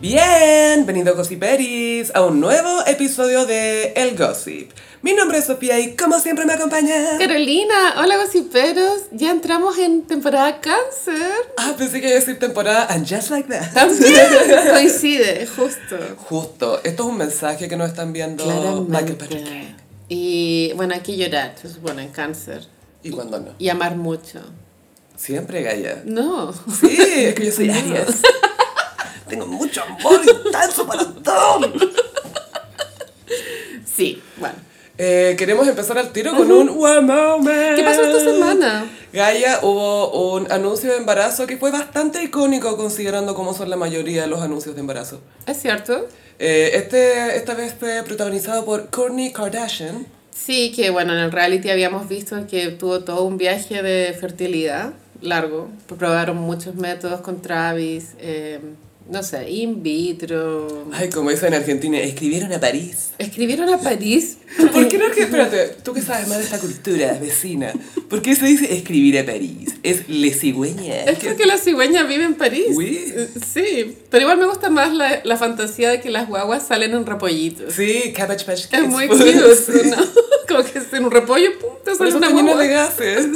Bienvenido Gossiperis a un nuevo episodio de El Gossip. Mi nombre es Sofía y como siempre me acompaña... Carolina, hola gossiperos, ya entramos en temporada cáncer. Ah, pensé que iba a decir temporada and just like that. También coincide, justo. Justo, esto es un mensaje que nos están viendo Michael Patrick King. Claramente. Y bueno, hay que llorar, se supone, en cáncer. ¿Y cuándo no? Y amar mucho. Siempre Gaia. No. Sí, es que yo soy Aries. Tengo mucho amor intenso para todo. Sí, bueno. Eh, queremos empezar al tiro con un wow moment. ¿Qué pasó esta semana? Gaia, hubo un anuncio de embarazo que fue bastante icónico considerando cómo son la mayoría de los anuncios de embarazo. ¿Es cierto? Eh, este, esta vez fue protagonizado por Kourtney Kardashian. Sí, que bueno, en el reality habíamos visto que tuvo todo un viaje de fertilidad largo. Pues Probaron muchos métodos con Travis, eh, no sé, in vitro. Ay, como dicen en Argentina, escribieron a París. Escribieron a París. ¿Por qué no que Espérate, tú que sabes más de esta cultura, vecina. ¿Por qué se dice escribir a París? Es le cigüeña. Es porque la cigüeña vive en París. Oui. Sí, pero igual me gusta más la, la fantasía de que las guaguas salen en repollitos. Sí, Cabbage Patch Es Kids, muy pues, cute, sí. ¿no? Como que es en un repollo, pum, te Por sale eso una está lleno guagua. de gases.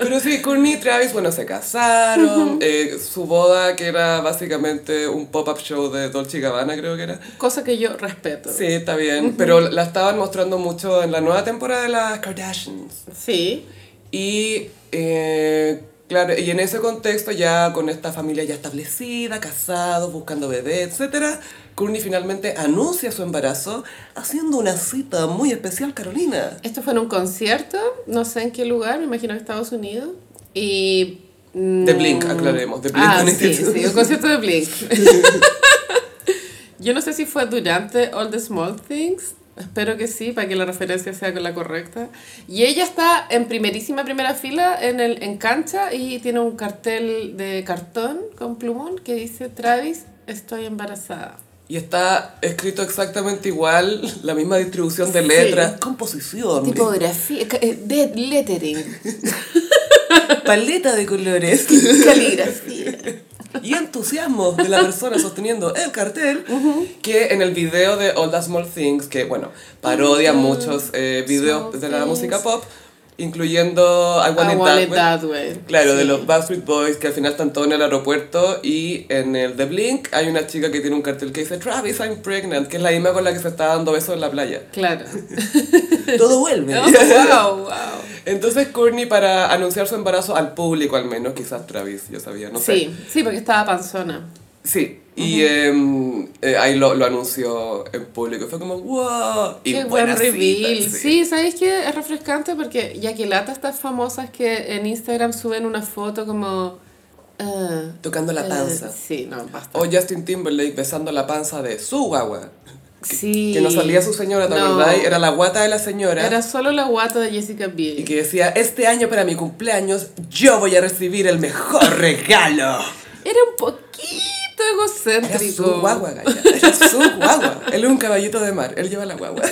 Pero sí, Courtney y Travis, bueno, se casaron. eh, su boda, que era básicamente un pop-up show de Dolce y Gabbana, creo que era. Cosa que yo respeto. Sí, está bien. Pero la estaban mostrando mucho en la nueva temporada de las Kardashians. Sí. Y eh, claro, y en ese contexto ya con esta familia ya establecida, casados, buscando bebé, etc., Courtney finalmente anuncia su embarazo haciendo una cita muy especial, Carolina. Esto fue en un concierto, no sé en qué lugar, me imagino en Estados Unidos. Y. mm, De Blink, aclaremos, de Blink este ah, sí, 182. sí, un concierto de Blink. Yo no sé si fue durante All the Small Things. Espero que sí, para que la referencia sea con la correcta. Y ella está en primerísima primera fila en, el, en cancha y tiene un cartel de cartón con plumón que dice Travis, estoy embarazada. Y está escrito exactamente igual, la misma distribución de Sí. letras, composición, Tipografía, eh, de lettering, paleta de colores caligrafía. y entusiasmo de la persona sosteniendo el cartel, que en el video de All the Small Things, que bueno, parodia muchos eh, videos Small de la Things. música pop, incluyendo I Want I It want That it Way. that way. pues. Claro, de Sí. los Backstreet Boys que al final están todos en el aeropuerto y en el de Blink hay una chica que tiene un cartel que dice Travis, I'm pregnant, que es la misma con la que se está dando besos en la playa. Claro. Todo vuelve. wow, wow. Entonces Courtney para anunciar su embarazo al público al menos, quizás Travis, yo sabía, no sé. Sí, sí, porque estaba panzona. Sí, y em, eh, ahí lo, lo anunció en público. Fue como, wow. Y Qué buena buen reveal. cita, sí. ¿sabéis qué? Es refrescante porque ya que lata estas famosas que en Instagram suben una foto como... ah, Tocando la eh, panza. sí, no, basta. O Justin Timberlake besando la panza de su guagua. sí. Que no salía su señora, ¿te No, acordás? Era la guata de la señora. Era solo la guata de Jessica Y Biel. que decía, este año para mi cumpleaños yo voy a recibir el mejor regalo. Era un poquito Era egocéntrico. su guagua, Gaya. Era su guagua. Él es un caballito de mar. Él lleva la guagua.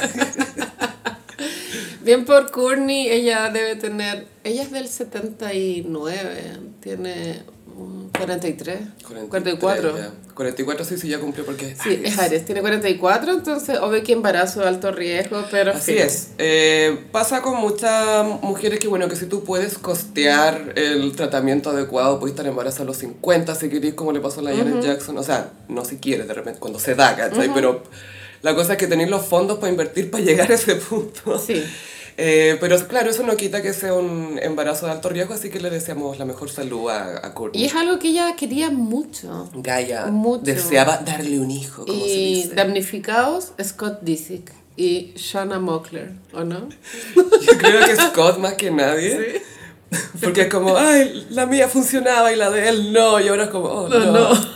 Bien por Courtney, ella debe tener... Ella es del 79, tiene mm, 43, 44. ya. 44 sí, sí, ya cumplió porque... Sí, es Aries, tiene 44, entonces obvio que embarazo de alto riesgo, pero Así filo. es. Eh, pasa con muchas mujeres que, bueno, que si tú puedes costear el tratamiento adecuado, puedes estar embarazada a los 50, si querés, como le pasó a la Janet Jackson. O sea, no si quieres, de repente, cuando se da, ¿cachai? Pero la cosa es que tenéis los fondos para invertir para llegar a ese punto. Sí. Eh, pero claro, eso no quita que sea un embarazo de alto riesgo, así que le deseamos la mejor salud a, a Y Courtney. es algo que ella quería mucho. Gaia Mucho. deseaba darle un hijo, como se Y dice. damnificados, Scott Disick y Shanna Mockler, ¿o no? Yo creo que Scott más que nadie. Porque es como, ay, la mía funcionaba y la de él no. Y ahora es como, oh, no.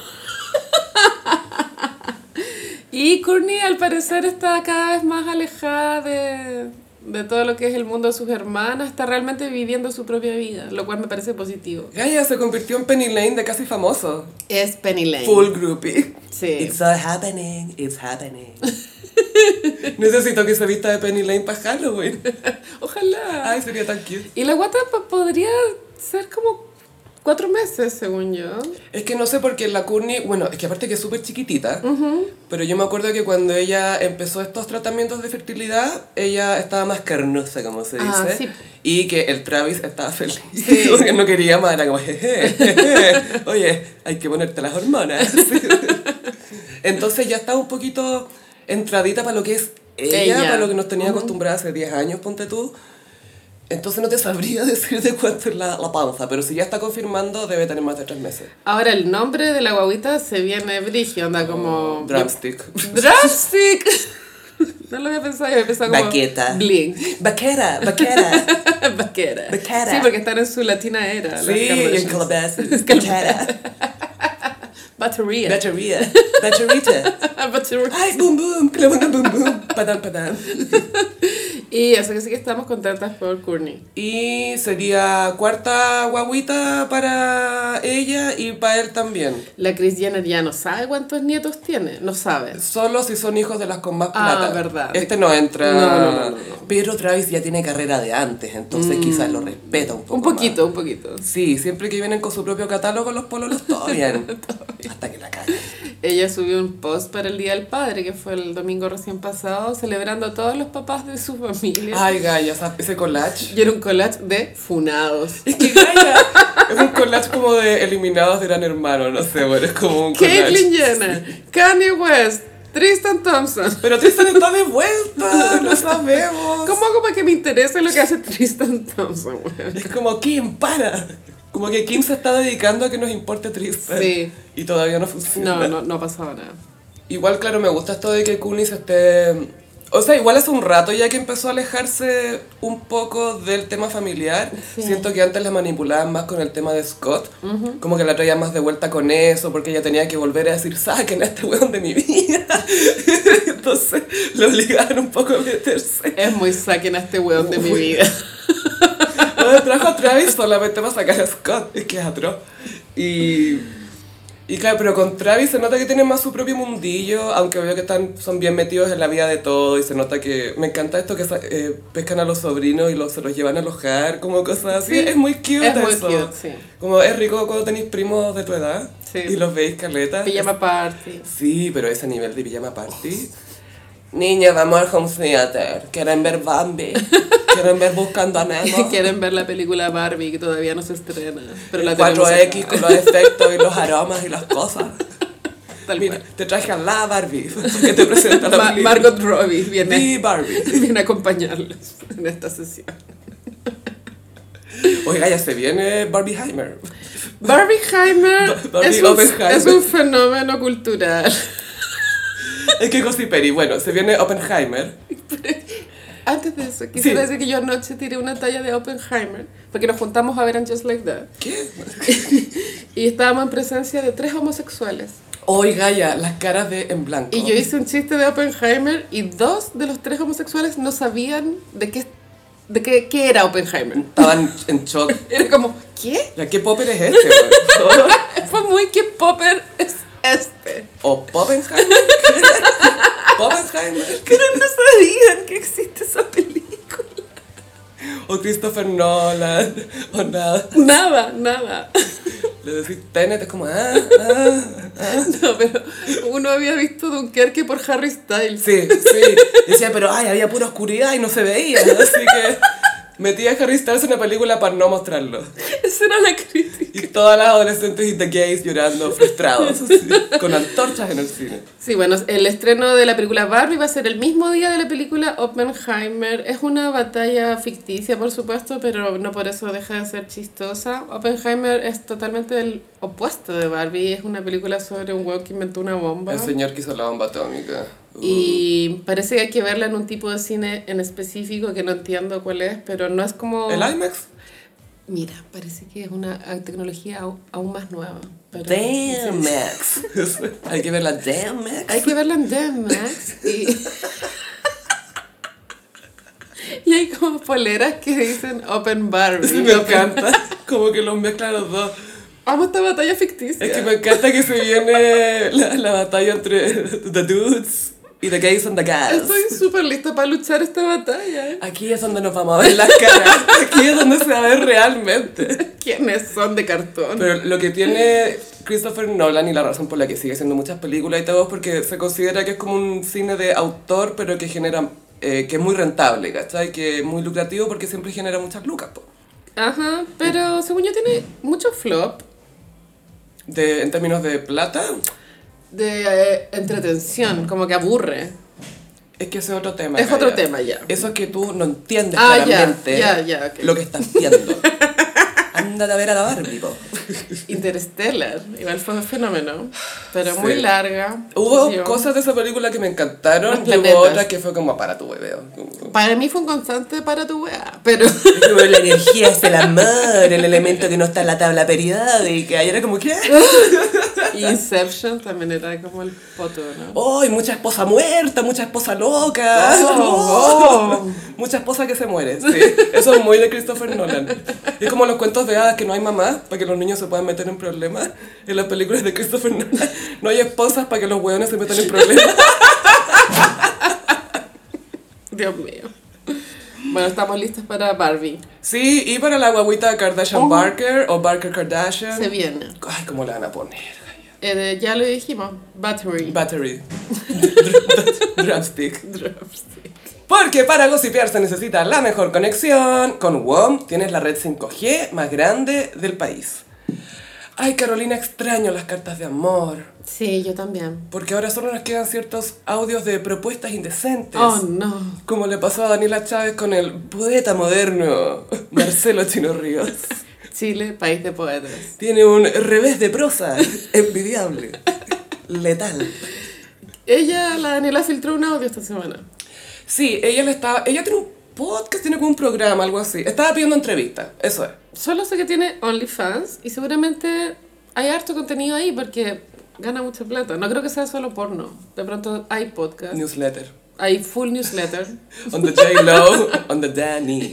Y Courtney al parecer está cada vez más alejada de, de todo lo que es el mundo de sus hermanas, está realmente viviendo su propia vida, lo cual me parece positivo. Gaia se convirtió en Penny Lane de casi famoso. Es Penny Lane. Full groupie. Sí. all happening, it's happening. Necesito que se vista de Penny Lane para Halloween. Ojalá. Ay, sería tan cute. Y la guata po- podría ser como Cuatro meses, según yo. Es que no sé porque la Courtney, bueno, es que aparte que es súper chiquitita, pero yo me acuerdo que cuando ella empezó estos tratamientos de fertilidad, ella estaba más carnosa, como se dice, Ah, sí. y que el Travis estaba feliz, Sí. porque no quería más, era como, "Jeje, jeje, oye, hay que ponerte las hormonas. Entonces ya estaba un poquito entradita para lo que es ella, Ella. para lo que nos tenía acostumbrada hace 10 años, ponte tú. Entonces no te sabría decir de cuánto es la, la panza, pero si ya está confirmando, debe tener más de tres meses. Ahora el nombre de la guaguita se viene brigio, onda como... Drumstick. Drumstick. No lo había pensado, yo había pensado como... Baqueta. Bling. Vaquera, vaquera. Vaquera. Vaquera. Sí, porque están en su latina era. sí, y en Calabasas. Vaquera. Batería. Batería. Baterita. Batería. Ay, boom, boom. Clavona, boom, boom. Padam, padam. Y eso que sí que estamos contentas por Courtney. Y sería cuarta guaguita para ella y para él también. La Kris Jenner ya no sabe cuántos nietos tiene. No sabe. Solo si son hijos de las con más Ah, plata. verdad. Este no entra. No, no, no, no, no. Pero Travis ya tiene carrera de antes, entonces quizás lo respeta un poco. Un poquito, un poquito. más. Sí, siempre que vienen con su propio catálogo, los pololos todo bien. Hasta que la cagan. Ella subió un post para el Día del Padre, que fue el domingo recién pasado, celebrando a todos los papás de su familia. Ay, Gaia, esa- ese collage. Y era un collage de funados. Es que Gaia es un collage como de eliminados de gran hermano, no sé, bueno, es como un collage. Caitlyn Jenner, Kanye West, Tristan Thompson. Pero Tristan está de vuelta, lo sabemos. ¿Cómo hago para que me interese lo que hace Tristan Thompson? weón? Es como Kim, para. Como que Kim se está dedicando a que nos importe Tristan. Sí. Y todavía no funciona. No, no, no ha pasado nada. Igual, claro, me gusta esto de que Kunis esté... O sea, igual hace un rato ya que empezó a alejarse un poco del tema familiar. Sí. Siento que antes la manipulaban más con el tema de Scott. Como que la traían más de vuelta con eso, porque ella tenía que volver a decir, saquen a este weón de mi vida. Entonces, lo obligaron un poco a meterse. Es muy saquen a este weón de mi vida. Cuando trajo a Travis solamente para sacar a Scott, es que es atroz. Y, y claro, pero con Travis se nota que tiene más su propio mundillo, aunque veo que están, son bien metidos en la vida de todo y se nota que me encanta esto que sa- eh, pescan a los sobrinos y los, se los llevan a alojar, como cosas así. Sí, es muy cute es muy eso. cute, sí. Como es rico cuando tenéis primos de tu edad Sí. y los veis caleta. Pijama party. Sí, pero ese nivel de pijama party. Niña, vamos al home theater. Quieren ver Bambi. Quieren ver Buscando a Nemo. Quieren ver la película Barbie que todavía no se estrena. Pero la tenemos acá. 4X con los efectos y los aromas y las cosas. Tal Mira, cual. te traje a la Barbie que te presenta la Ma- película. Margot Robbie viene, The Barbie. viene a acompañarlos en esta sesión. Oiga, ya se viene Barbieheimer. Barbieheimer Ba- Barbie es, un, Oppenheimer. es un fenómeno cultural. Es que Gossip Peri, bueno, se viene Oppenheimer. Antes de eso, quisiera Sí. decir que yo anoche tiré una talla de Oppenheimer porque nos juntamos a ver en Just Like That ¿Qué? y estábamos en presencia de tres homosexuales. Oiga, ya, las caras de en blanco. Y yo hice un chiste de Oppenheimer y dos de los tres homosexuales no sabían de qué, de qué, qué era Oppenheimer. Estaban en shock. Era como, ¿qué? Ya, ¿qué popper es este? weón? Fue muy que Popper es este. ¿O Poppenheimer? ¿Poppenheimer? Pero no sabían que existe esa película. ¿O Christopher Nolan? ¿O nada? Nada, nada. Le decís Tenet, es como, ah, ah, No, pero uno había visto Dunkerque por Harry Styles. Sí, sí. Decía, pero ay, había pura oscuridad y no se veía. Así que metí a Harry Styles en una película para no mostrarlo. Esa era la crítica. Y todas las adolescentes y the gays llorando, frustrados, así, con antorchas en el cine. Sí, bueno, el estreno de la película Barbie va a ser el mismo día de la película Oppenheimer. Es una batalla ficticia, por supuesto, pero no por eso deja de ser chistosa. Oppenheimer es totalmente el opuesto de Barbie. Es una película sobre un huevo que inventó una bomba. El señor que hizo la bomba atómica. Uh. Y parece que hay que verla en un tipo de cine en específico que no entiendo cuál es, pero no es como... Uh. ¿El IMAX? Mira, parece que es una ah, tecnología au- aún más nueva. pero- Damn Max. Hay que ver la Damn Max. Hay que verla en Denmax y... y hay como poleras que dicen Open Barbie. Sí, me Open- encanta. Como que los mezclan los dos. Amo esta batalla ficticia. Es que me encanta que se viene la, la batalla entre The Dudes Y the gays and the gas. Estoy súper lista para luchar esta batalla. Aquí es donde nos vamos a ver las caras. Aquí es donde se va a ver realmente. ¿Quiénes son de cartón? Pero lo que tiene Christopher Nolan y la razón por la que sigue haciendo muchas películas y todo es porque se considera que es como un cine de autor, pero que genera. eh, que es muy rentable, ¿cachai? Que es muy lucrativo porque siempre genera muchas lucas, po. Ajá, pero según yo tiene mucho flop De, en términos de plata, de eh, entretención, como que aburre. es que ese es otro tema. Es otro Gaya. tema ya. Eso es que tú no entiendes Ah, ya, claramente ya, ya, ok. lo que estás viendo. Ándate a ver a la Barbie, po. Interstellar, igual fue un fenómeno, pero muy Sí. larga. Hubo Sí, yo- cosas de esa película que me encantaron Los y hubo planetas. otras que fue como para tu bebé. Para mí fue un constante para tu wea, pero la energía es el amor, el elemento que no está en la tabla periódica. Y era como, ¿qué? Inception también era como el poto, ¿no? ¡Oh, y mucha esposa muerta, mucha esposa loca! Oh, oh. Mucha esposa que se muere, sí. Eso es muy de Christopher Nolan. Es como los cuentos de hadas que no hay mamás para que los niños se puedan meter en problemas. En las películas de Christopher Nolan no hay esposas para que los hueones se metan en problemas. Dios mío. Bueno, estamos listos para Barbie. Sí, y para la guaguita Kardashian Oh. Barker o Barker Kardashian. Se viene. Ay, ¿cómo la van a poner? Eh, ya lo dijimos, Battery. Battery. Dr- Drumstick. Dropstick. Porque para gossipear se necesita la mejor conexión. Con WOM tienes la red 5G más grande del país. Ay, Carolina, extraño las cartas de amor. Sí, yo también. Porque ahora solo nos quedan ciertos audios de propuestas indecentes. Oh, no. Como le pasó a Daniela Chávez con el poeta moderno Marcelo Chino Ríos. Chile, país de poetas. Tiene un revés de prosa envidiable, letal. Ella, la Daniela, filtró un audio esta semana. Sí, ella le estaba. Ella tiene un podcast, tiene como un programa, algo así. Estaba pidiendo entrevistas, eso es. Solo sé que tiene OnlyFans y seguramente hay harto contenido ahí porque gana mucha plata. No creo que sea solo porno. De pronto hay podcast, Newsletter. hay full newsletter. On the J-Lo, on the Danny.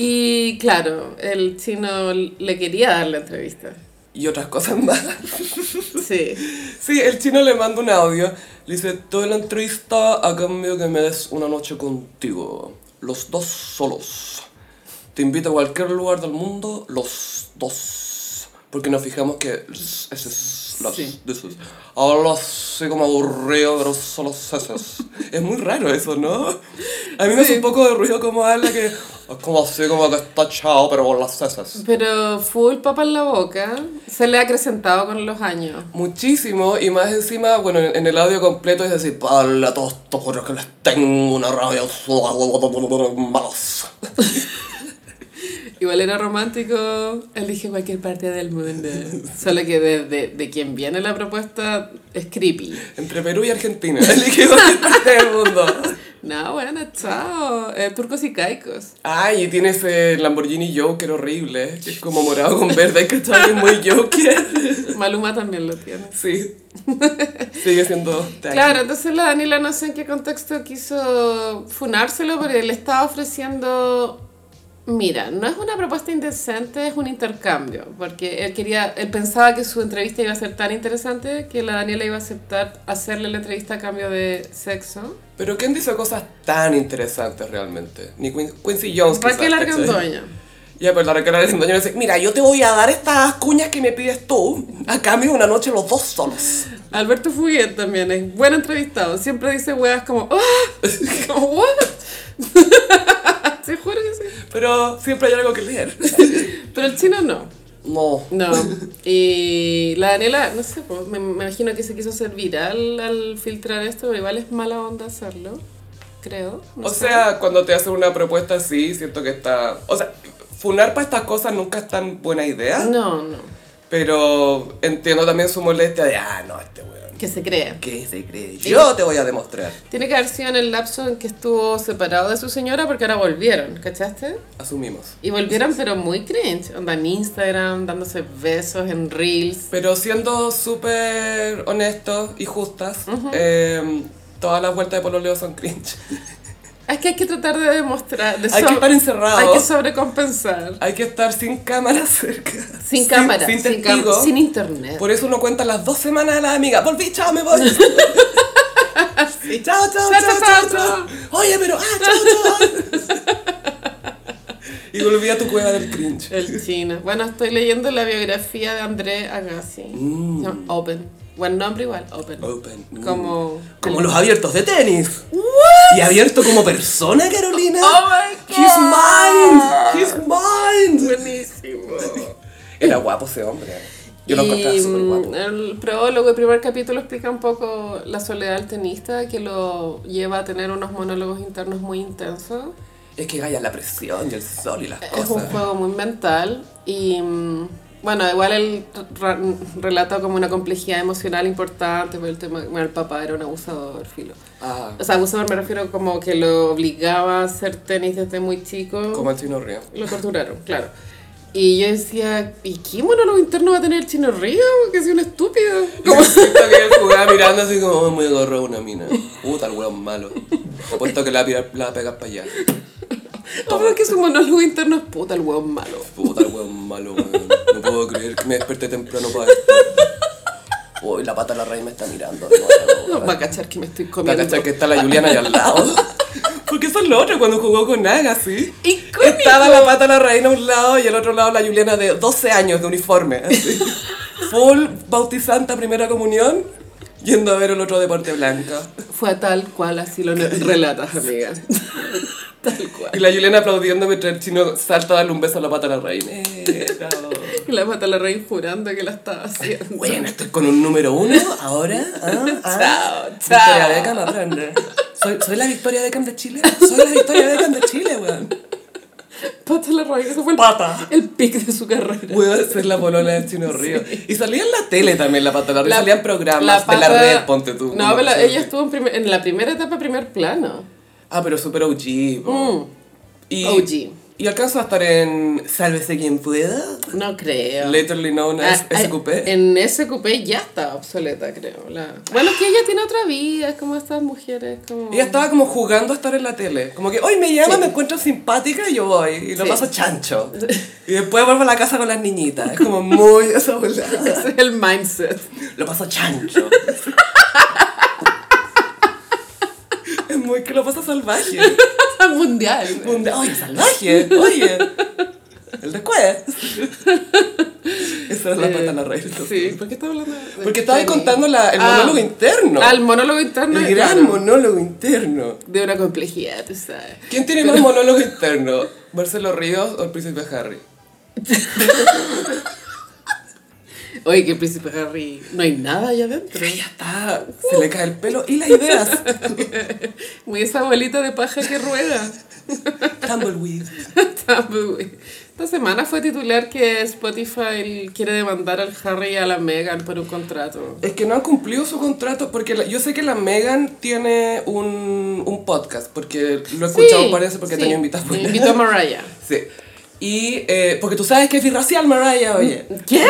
Y claro, el chino le quería dar la entrevista. Y otras cosas más. Sí. Sí, el chino le manda un audio. Le dice, toda la entrevista a cambio que me des una noche contigo. Los dos solos. Te invito a cualquier lugar del mundo, los dos. Porque nos fijamos que los eses, los Sí. deses. Ahora soy como aburrido de los solos eses. Es muy raro eso, ¿no? A mí me hace un poco de ruido como habla que... Es como así, como que está chao, pero con las heces. Pero full papa en la boca. Se le ha acrecentado con los años. Muchísimo, y más encima, bueno, en en el audio completo es decir, para todos estos que les tengo una rabia malos. Igual era romántico, elige cualquier parte del mundo. Solo que de, de, de quien viene la propuesta es creepy. Entre Perú y Argentina, elige cualquier parte del mundo. No, bueno, chao. Eh, turcos y caicos. Ay, y tiene ese Lamborghini Joker horrible, que es como morado con verde, que está bien muy Joker. Maluma también lo tiene. Sí, sigue siendo este tag. Claro, entonces la Daniela no sé en qué contexto quiso funárselo, pero le estaba ofreciendo... Mira, no es una propuesta indecente, es un intercambio, porque él quería, él pensaba que su entrevista iba a ser tan interesante que la Daniela iba a aceptar hacerle la entrevista a cambio de sexo. Pero ¿quién dice cosas tan interesantes realmente? Ni Quin- Quincy Jones. quizás, Raquel ¿cachai? Argandoña. Ya, pero la recarga del dueño le dice, mira, yo te voy a dar estas cuñas que me pides tú, a cambio de una noche los dos solos. Alberto Fuguet también es buen entrevistado. Siempre dice weas como, ¡ah! Como, ¿what? Se juro que sí. Pero siempre hay algo que leer. Pero el chino no. No. No. Y la Daniela, no sé, pues, me, me imagino que se quiso hacer viral al filtrar esto, pero igual es mala onda hacerlo. Creo. no O sé. sea, cuando te hacen una propuesta así, siento que está... O sea, funar para estas cosas nunca es tan buena idea, No, no. pero entiendo también su molestia de, ah, no, este weón. Que se crea. ¿Qué se cree? Yo te voy a demostrar. Tiene que haber sido en el lapso en que estuvo separado de su señora porque ahora volvieron, ¿cachaste? Asumimos. Y volvieron, pero muy cringe. Onda en Instagram, dándose besos en Reels. Pero siendo súper honestos y justas, eh, todas las vueltas de pololeo son cringe. Es que hay que tratar de demostrar. De Hay que so- estar encerrados. Hay que sobrecompensar. Hay que estar sin cámara cerca. Sin cámara, Sin, sin, sin cámara, testigo. sin internet. Por eso uno cuenta las dos semanas a la amiga. Volví, chao, me voy. Sí, chao, chao, chao, chao, chao. Oye, pero, ah, chao, chao. Y volví a tu cueva del cringe. El chino. Bueno, estoy leyendo la biografía de André Agassi. Mm. Se llama Open. Buen nombre igual, Open. Open. Mm. Como... Como los abiertos de tenis. What? Y abierto como persona, Carolina. Oh my God. His mind. His mind. Buenísimo. Era guapo ese hombre. Yo lo Y, encontraba súper guapo. mm, El prólogo, el primer capítulo explica un poco la soledad del tenista que lo lleva a tener unos monólogos internos muy intensos. Es que Gaia la presión y el sol y las Es un cosas. juego muy mental y mm, bueno, igual él ra- relata como una complejidad emocional importante por el tema, bueno, el papá era un abusador, filo. Ah, O sea, abusador me refiero como que lo obligaba a hacer tenis desde muy chico. como el chino río. Lo torturaron, claro. Y yo decía, ¿y qué monólogo interno va a tener el Chino Río? Que soy un estúpido. Como siento que él jugaba mirando así como "Oh, me agarró una mina. Puta, el weón malo. Apuesto que la va a pirar- la va a pegar para allá. No, Oh, pero es que su monólogo interno es puta, el hueón malo. Puta, el weón malo, weón. No puedo creer que me desperté temprano para esto. Uy, la pata de la raíz me está mirando. de nuevo, No, weón. va a cachar que me estoy La comiendo. cacha que está la Juliana ahí al lado. Porque eso es lo otro cuando jugó con Naga, sí. Icónico. Estaba la pata la reina a un lado y al otro lado la Juliana de 12 años de uniforme. así. Full bautizanta primera comunión, yendo a ver el otro deporte blanca. Fue tal cual así lo ne- relatas, amiga. tal cual. Y la Juliana aplaudiendo mientras el chino salta a darle un beso a la pata la reina. Eh, bravo. Y la pata la reina jurando que la estaba haciendo. Bueno, estoy con un número uno ahora. Ah, ah. Chao, chao. Victoria Beckham aprende. Soy, soy la Victoria Beckham de Chile. Soy la Victoria Beckham de Chile, weón. Pata la reina, ese fue el, Pata. el pic de su carrera. Puedo hacer la polola del Chino Río. Y salía en la tele también la pata de la red. La- Salían programas de pata- la red, ponte tú. No, como pero que- ella estuvo en, primer- en la primera etapa, primer plano. Mm, Ah, pero super OG. po. Y, OG. Y alcanzó a estar en Sálvese quien pueda. No creo. Laterly known as Ah, ah, SQP. En ese coupé ya está obsoleta, creo. la- Bueno, es que ella tiene otra vida, es como estas mujeres. Como... Ella estaba como jugando a estar en la tele. Como que hoy me llama, Sí. me encuentro simpática y yo voy. Y lo Sí. paso chancho. Y después vuelvo a la casa con las niñitas. Es como muy esa volada. Ese es el mindset. Lo paso chancho. es muy que lo paso salvaje. Mundial. güey. Mundial. Oye, salvaje, oye. El después. Esa es la Eh, pata de la reina. Sí, ¿por qué estaba hablando de- Porque estaba ahí de- contando la- el Ah. monólogo interno. Ah, el monólogo interno. el gran claro, monólogo interno. De una complejidad, tú sabes. ¿Quién tiene más monólogo interno? ¿Marcelo Ríos o el príncipe Harry? Oye, que el príncipe Harry. No hay nada allá adentro. Ya está. Ah, Se le cae el pelo y las ideas. Muy esa abuelita de paja que rueda. Tumbleweed. Esta semana fue titular que Spotify quiere demandar al Harry y a la Meghan por un contrato. Es que no han cumplido su contrato porque la- yo sé que la Megan tiene un, un podcast porque lo he escuchado Sí, varias veces porque sí. tenía invitados. Me Invitó a Mariah. Sí. Y eh, porque tú sabes que es birracial Mariah, oye. ¿Qué?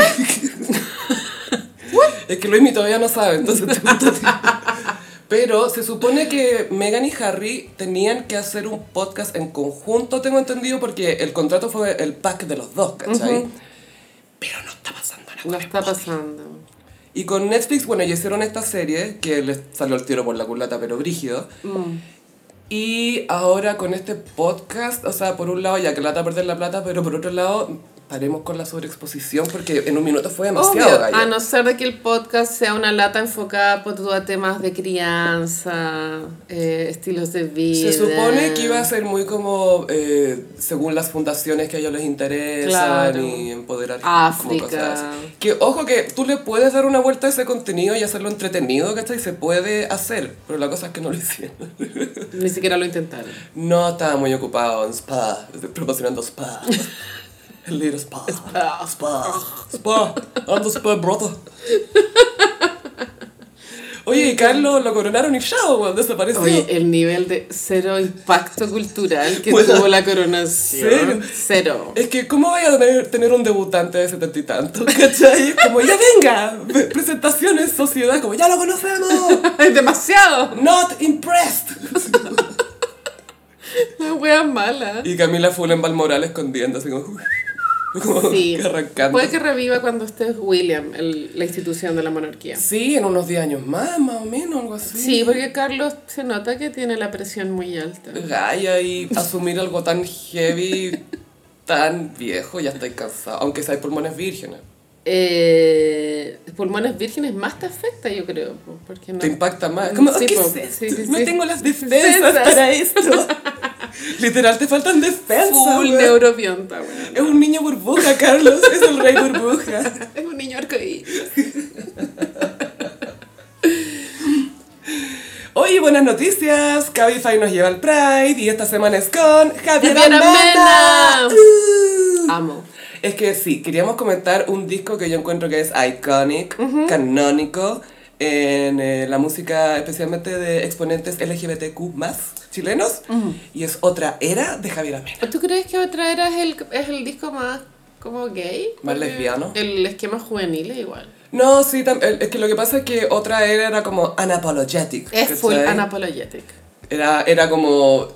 Es que Luismi todavía no sabe, entonces te cuento a ti. Pero se supone que Megan y Harry tenían que hacer un podcast en conjunto, tengo entendido, porque el contrato fue el pack de los dos, ¿cachai? Pero no está pasando nada. No está pasando. Y con Netflix, bueno, ya hicieron esta serie, que les salió el tiro por la culata, pero brígido. Mm. Y ahora con este podcast, o sea, por un lado, ya que lata perder la plata, pero por otro lado, paremos con la sobreexposición, porque en un minuto fue demasiado, Obvio, gallo. a no ser de que el podcast sea una lata enfocada por todo a temas de crianza, eh, estilos de vida. Se supone que iba a ser muy como eh, según las fundaciones que a ellos les interesan Claro. y empoderar África. como cosas así. Que ojo que tú le puedes dar una vuelta a ese contenido y hacerlo entretenido, ¿cachai? Se puede hacer, pero la cosa es que no lo hicieron. Ni siquiera lo intentaron. No estaba muy ocupado en spa, promocionando spa. El little spa. Spa. Spa. Spa. I'm the spa brother. Oye, y Carlos lo coronaron y chao, weón, desapareció. Oye, el nivel de cero impacto cultural que Bueno, tuvo la coronación. cero. Cero. Es que, ¿cómo vaya a tener, tener un debutante de setenta y tanto? ¿Cachai? Como, ya venga, pre- presentaciones, sociedad, como, ya lo conocemos, Es demasiado. not impressed. La wea mala. Y Camila Full en Valmoral escondiendo, así como, Como Sí. que arrancando. Puede que reviva cuando esté William, el- la institución de la monarquía. Sí, en unos 10 años más, más o menos, algo así. Sí, porque Carlos se nota que tiene la presión muy alta. Eh. Gaya y asumir algo tan heavy, tan viejo, ya estoy cansado. Aunque sea hay pulmones vírgenes. Eh, pulmones vírgenes más te afecta, yo creo. po, Porque no. Te impacta más. Como, Mm, "Ah, Sí, "¿Qué po. es esto? Sí, sí, no sí. tengo las defensas para esto. Literal, te faltan defensas. Full weón. neurobionta, weón. Es un niño burbuja, Carlos. Es el rey burbuja. Es un niño arcoíris. Oye, buenas noticias. Cabify nos lleva al Pride y esta semana es con Javier Javier Amena. Amena. Uh. Amo. Es que sí, queríamos comentar un disco que yo encuentro que es iconic, canónico, en eh, la música especialmente de exponentes LGBTQ más chilenos. Y es otra era de Javier Amena. ¿Tú crees que otra era es el, es el disco más como gay? Más Porque lesbiano. El esquema juvenil es igual. No, sí, tam- el- es que lo que pasa es que otra era era como unapologetic. Es full ¿cachai? anapologetic. Era, era como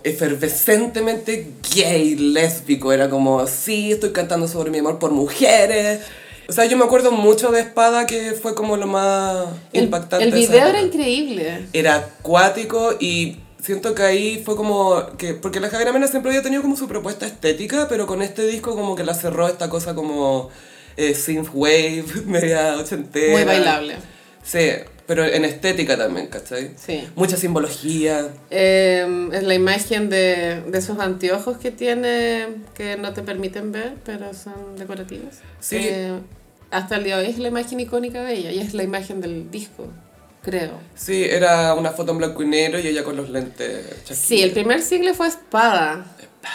efervescentemente gay, lésbico. Era como, sí, estoy cantando sobre mi amor por mujeres. O sea, yo me acuerdo mucho de Espada, que fue como lo más El, impactante. el de esa video época. era increíble. Era acuático y siento que ahí fue como que. Porque la Javier Amena siempre había tenido como su propuesta estética, pero con este disco como que la cerró esta cosa como eh, synthwave, media ochentera. Muy bailable. Sí, pero en estética también, ¿cachai? Sí. Mucha simbología. Eh, es la imagen de, de esos anteojos que tiene que no te permiten ver, pero son decorativos. Sí. Eh, hasta el día de hoy es la imagen icónica de ella y es la imagen del disco, creo. Sí, era una foto en blanco y negro y ella con los lentes. Sí, el chasquillos. primer single fue Espada.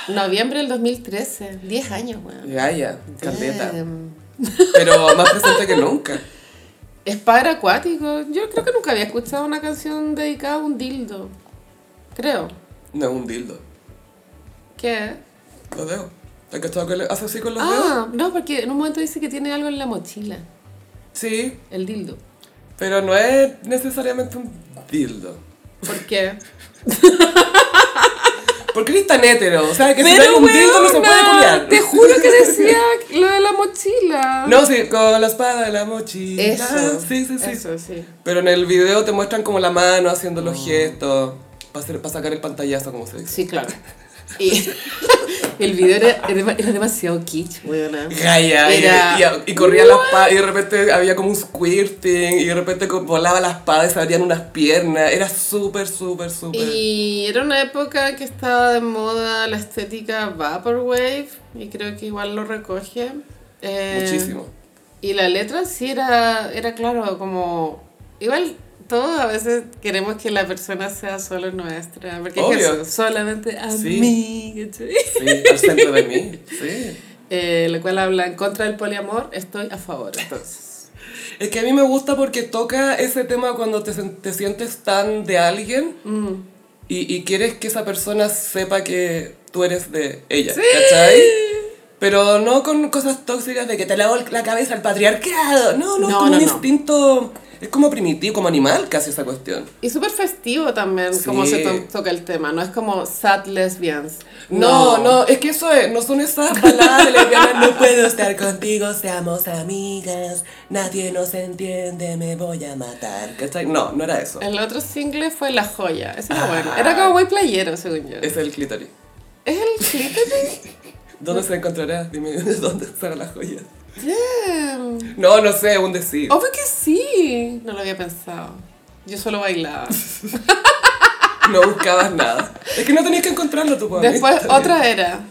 Noviembre del 2013. 10 años, weón. Em, Gaia, caleta. Damn. Pero más presente que nunca. Espada era acuático. Yo creo que nunca había escuchado una canción dedicada a un dildo. Creo. No es un dildo. ¿Qué? Los dedos. ¿Te has cachado que le hace así con los dedos? Ah, no, porque en un momento dice que tiene algo en la mochila. Sí, El dildo. pero no es necesariamente un dildo. ¿Por qué? ¿Por qué eres tan hétero? O sea, que si no hay un dildo no se puede weona, culiar. Te juro que decía lo de la mochila. No, sí, con la espada de la mochila. Eso. Sí, sí, sí. Eso, sí. Pero en el video te muestran como la mano haciendo los gestos. Para sacar el pantallazo, como se dice. Sí, claro. Y el video era, era dema- era demasiado kitsch, weona. Gaia, y- Era- y, y corría la espada, y de repente había como un squirting, y de repente co- volaba la espada y se abrían unas piernas. Era súper, súper, súper. Y era una época que estaba de moda la estética Vaporwave, y creo que igual lo recoge. Eh, Muchísimo. Y la letra sí era, era claro, como... Igual todos a veces queremos que la persona sea solo nuestra, porque es Obvio. eso, solamente a Sí. mí, ¿cachai? Sí, al centro de mí. Sí. Eh, lo cual habla en contra del poliamor, estoy a favor, entonces. Es que a mí me gusta porque toca ese tema cuando te, sen- te sientes tan de alguien y, y quieres que esa persona sepa que tú eres de ella, ¿cachai? Pero no con cosas tóxicas de que te lavo el- la cabeza al patriarcado. No, no, No, es como no, un no. instinto. Es como primitivo, como animal casi esa cuestión. Y súper festivo también como Sí. se to- toca el tema, no es como sad lesbians. No, no, es que eso es, no son esas palabras de lesbianas, no puedo estar contigo, seamos amigas, nadie nos entiende, me voy a matar. ¿Cachai? No, no era eso. El otro single fue La Joya, ese era Ah. bueno. Era como muy playero, según yo. ¿Es, Es el clítoris. el clítoris? ¿Dónde se encontrará? Dime, ¿dónde estará la joya? Damn. No, no sé, un decir. Obvio que sí. No lo había pensado. Yo solo bailaba. No buscabas nada. Es que no tenías que encontrarlo tú, pues, Después ¿viste? otra era.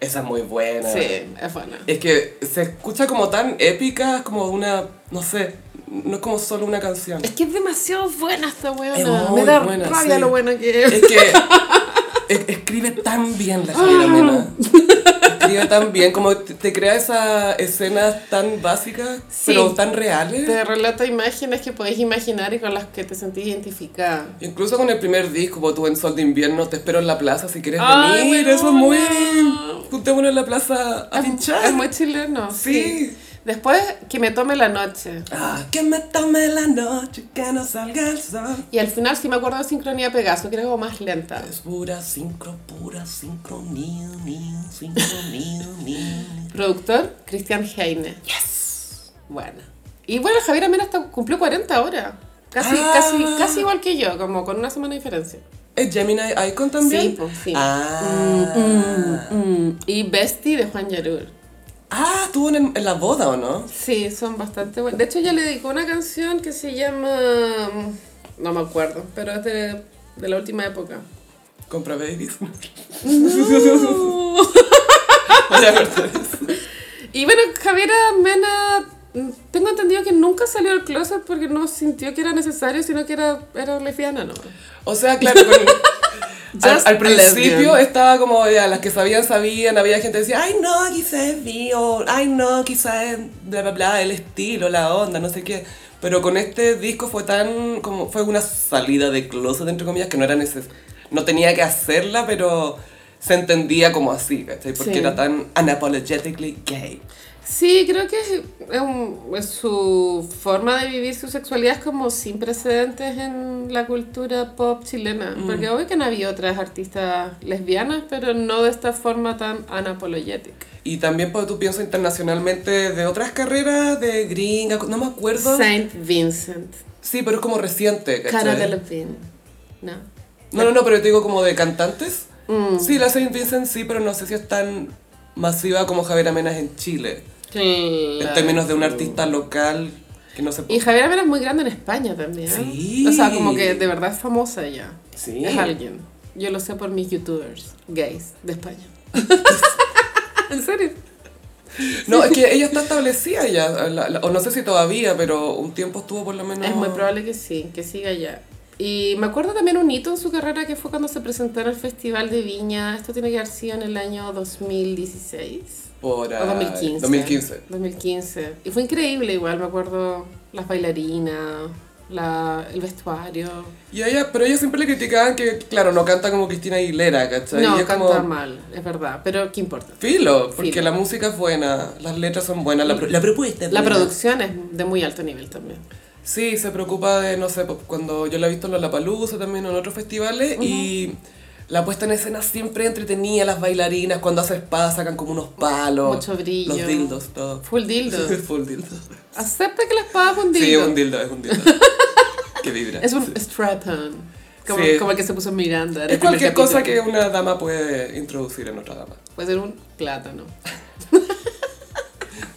Esa es muy buena. Sí, es buena. Es que se escucha como tan épica, es como una, no sé, no es como solo una canción. Es que es demasiado buena esta Es weona. muy Me da buena, rabia sí. lo buena que es. Es que es- escribe tan bien la Javiera Amena. Escribe tan bien, como te, te crea esas escenas tan básicas, Sí. pero tan reales. Te relata imágenes que podéis imaginar y con las que te sentís identificada. Incluso con el primer disco, como tú en Sol de Invierno, te espero en la plaza si quieres Ay, venir. weona. Eso es muy. Juntémonos en la plaza a pinchar. Es muy chileno. Sí. Sí. Después, que me tome la noche. Ah, que me tome la noche, que no salga el sol. Y al final sí me acuerdo de Sincronía Pegaso, que era como más lenta. Es pura sincro, pura sincronía, ni, sincronía, ni. Productor, Christian Heine. Yes. Bueno. Y bueno, Javier Amena hasta cumplió 40 ahora. Casi, Ah. casi, casi igual que yo, como con una semana de diferencia. ¿Es Gemini Icon también? Sí, pues, sí. Ah. Mm, y Bestie de Juan Yarur. Ah, estuvo en, en la boda, ¿o no? Sí, son bastante buenos. De hecho, ella le dedicó una canción que se llama. mm, No me acuerdo, pero es de, de la última época. Compra babies. mm. No. Vaya verdad. y bueno, Javiera Mena. mm, Tengo entendido que nunca salió del closet porque no sintió que era necesario, sino que era, era lesbiana, ¿no? O sea, claro, con- al, Just al a principio lesbian. estaba como, ya, las que sabían, sabían, había gente que decía, ay no, quizás es bi, o ay no, quizás es bla bla bla, el estilo, la onda, no sé qué. Pero con este disco fue tan, como, fue una salida de closet, entre comillas, que no era neces no tenía que hacerla, pero se entendía como así, ¿cachai? Porque Sí. era tan unapologetically gay. Sí, creo que es- es un- es su forma de vivir su sexualidad es como sin precedentes en la cultura pop chilena. Porque obvio que no había otras artistas lesbianas, pero no de esta forma tan unapologetic. Y también, pues, tú pienso internacionalmente de otras carreras, de gringa, no me acuerdo. Saint Vincent. Sí, pero es como reciente, ¿cachai? Cara Delevingne. No. No, no, no, pero te digo como de cantantes. Mm. Sí, la Saint Vincent sí, pero no sé si es tan masiva como Javier Amenas en Chile. En términos de un artista local que no se Y Javier Amena es muy grande en España también. Sí. O sea, como que de verdad es famosa ya. Sí. Es alguien. Yo lo sé por mis youtubers gays de España. ¿En serio? No, es que ella está establecida ya, la- la- o no sé si todavía, pero un tiempo estuvo por lo menos... Es muy probable que sí, que siga ya. Y me acuerdo también un hito en su carrera que fue cuando se presentó en el Festival de Viña. Esto tiene que haber sido en el año 2016. Por, O ah, 2015. 2015. 2015. Y fue increíble igual, me acuerdo las bailarinas, la, el vestuario. Y a ella, pero a ella siempre le criticaban que, claro, no canta como Cristina Aguilera, ¿cachai? no, y es canta como, mal, es verdad, pero ¿qué importa? Filo, porque Filo. la música es buena, las letras son buenas, la, pro- la propuesta es La buena. producción es de muy alto nivel también. Sí, se preocupa de, no sé, po- cuando yo la he visto en Lollapalooza también o en otros festivales y la puesta en escena siempre entretenía las bailarinas, cuando hace espadas sacan como unos palos. Mucho brillo. Los dildos, todo. Full dildo. Full dildo. Acepta que la espada es un dildo. Sí, es un dildo, es un dildo. que vibra. Es un strap-on. Como, Sí. como el que se puso Miranda. en Es el primer cualquier cosa que capítulo. una dama puede introducir en otra dama. Puede ser un plátano.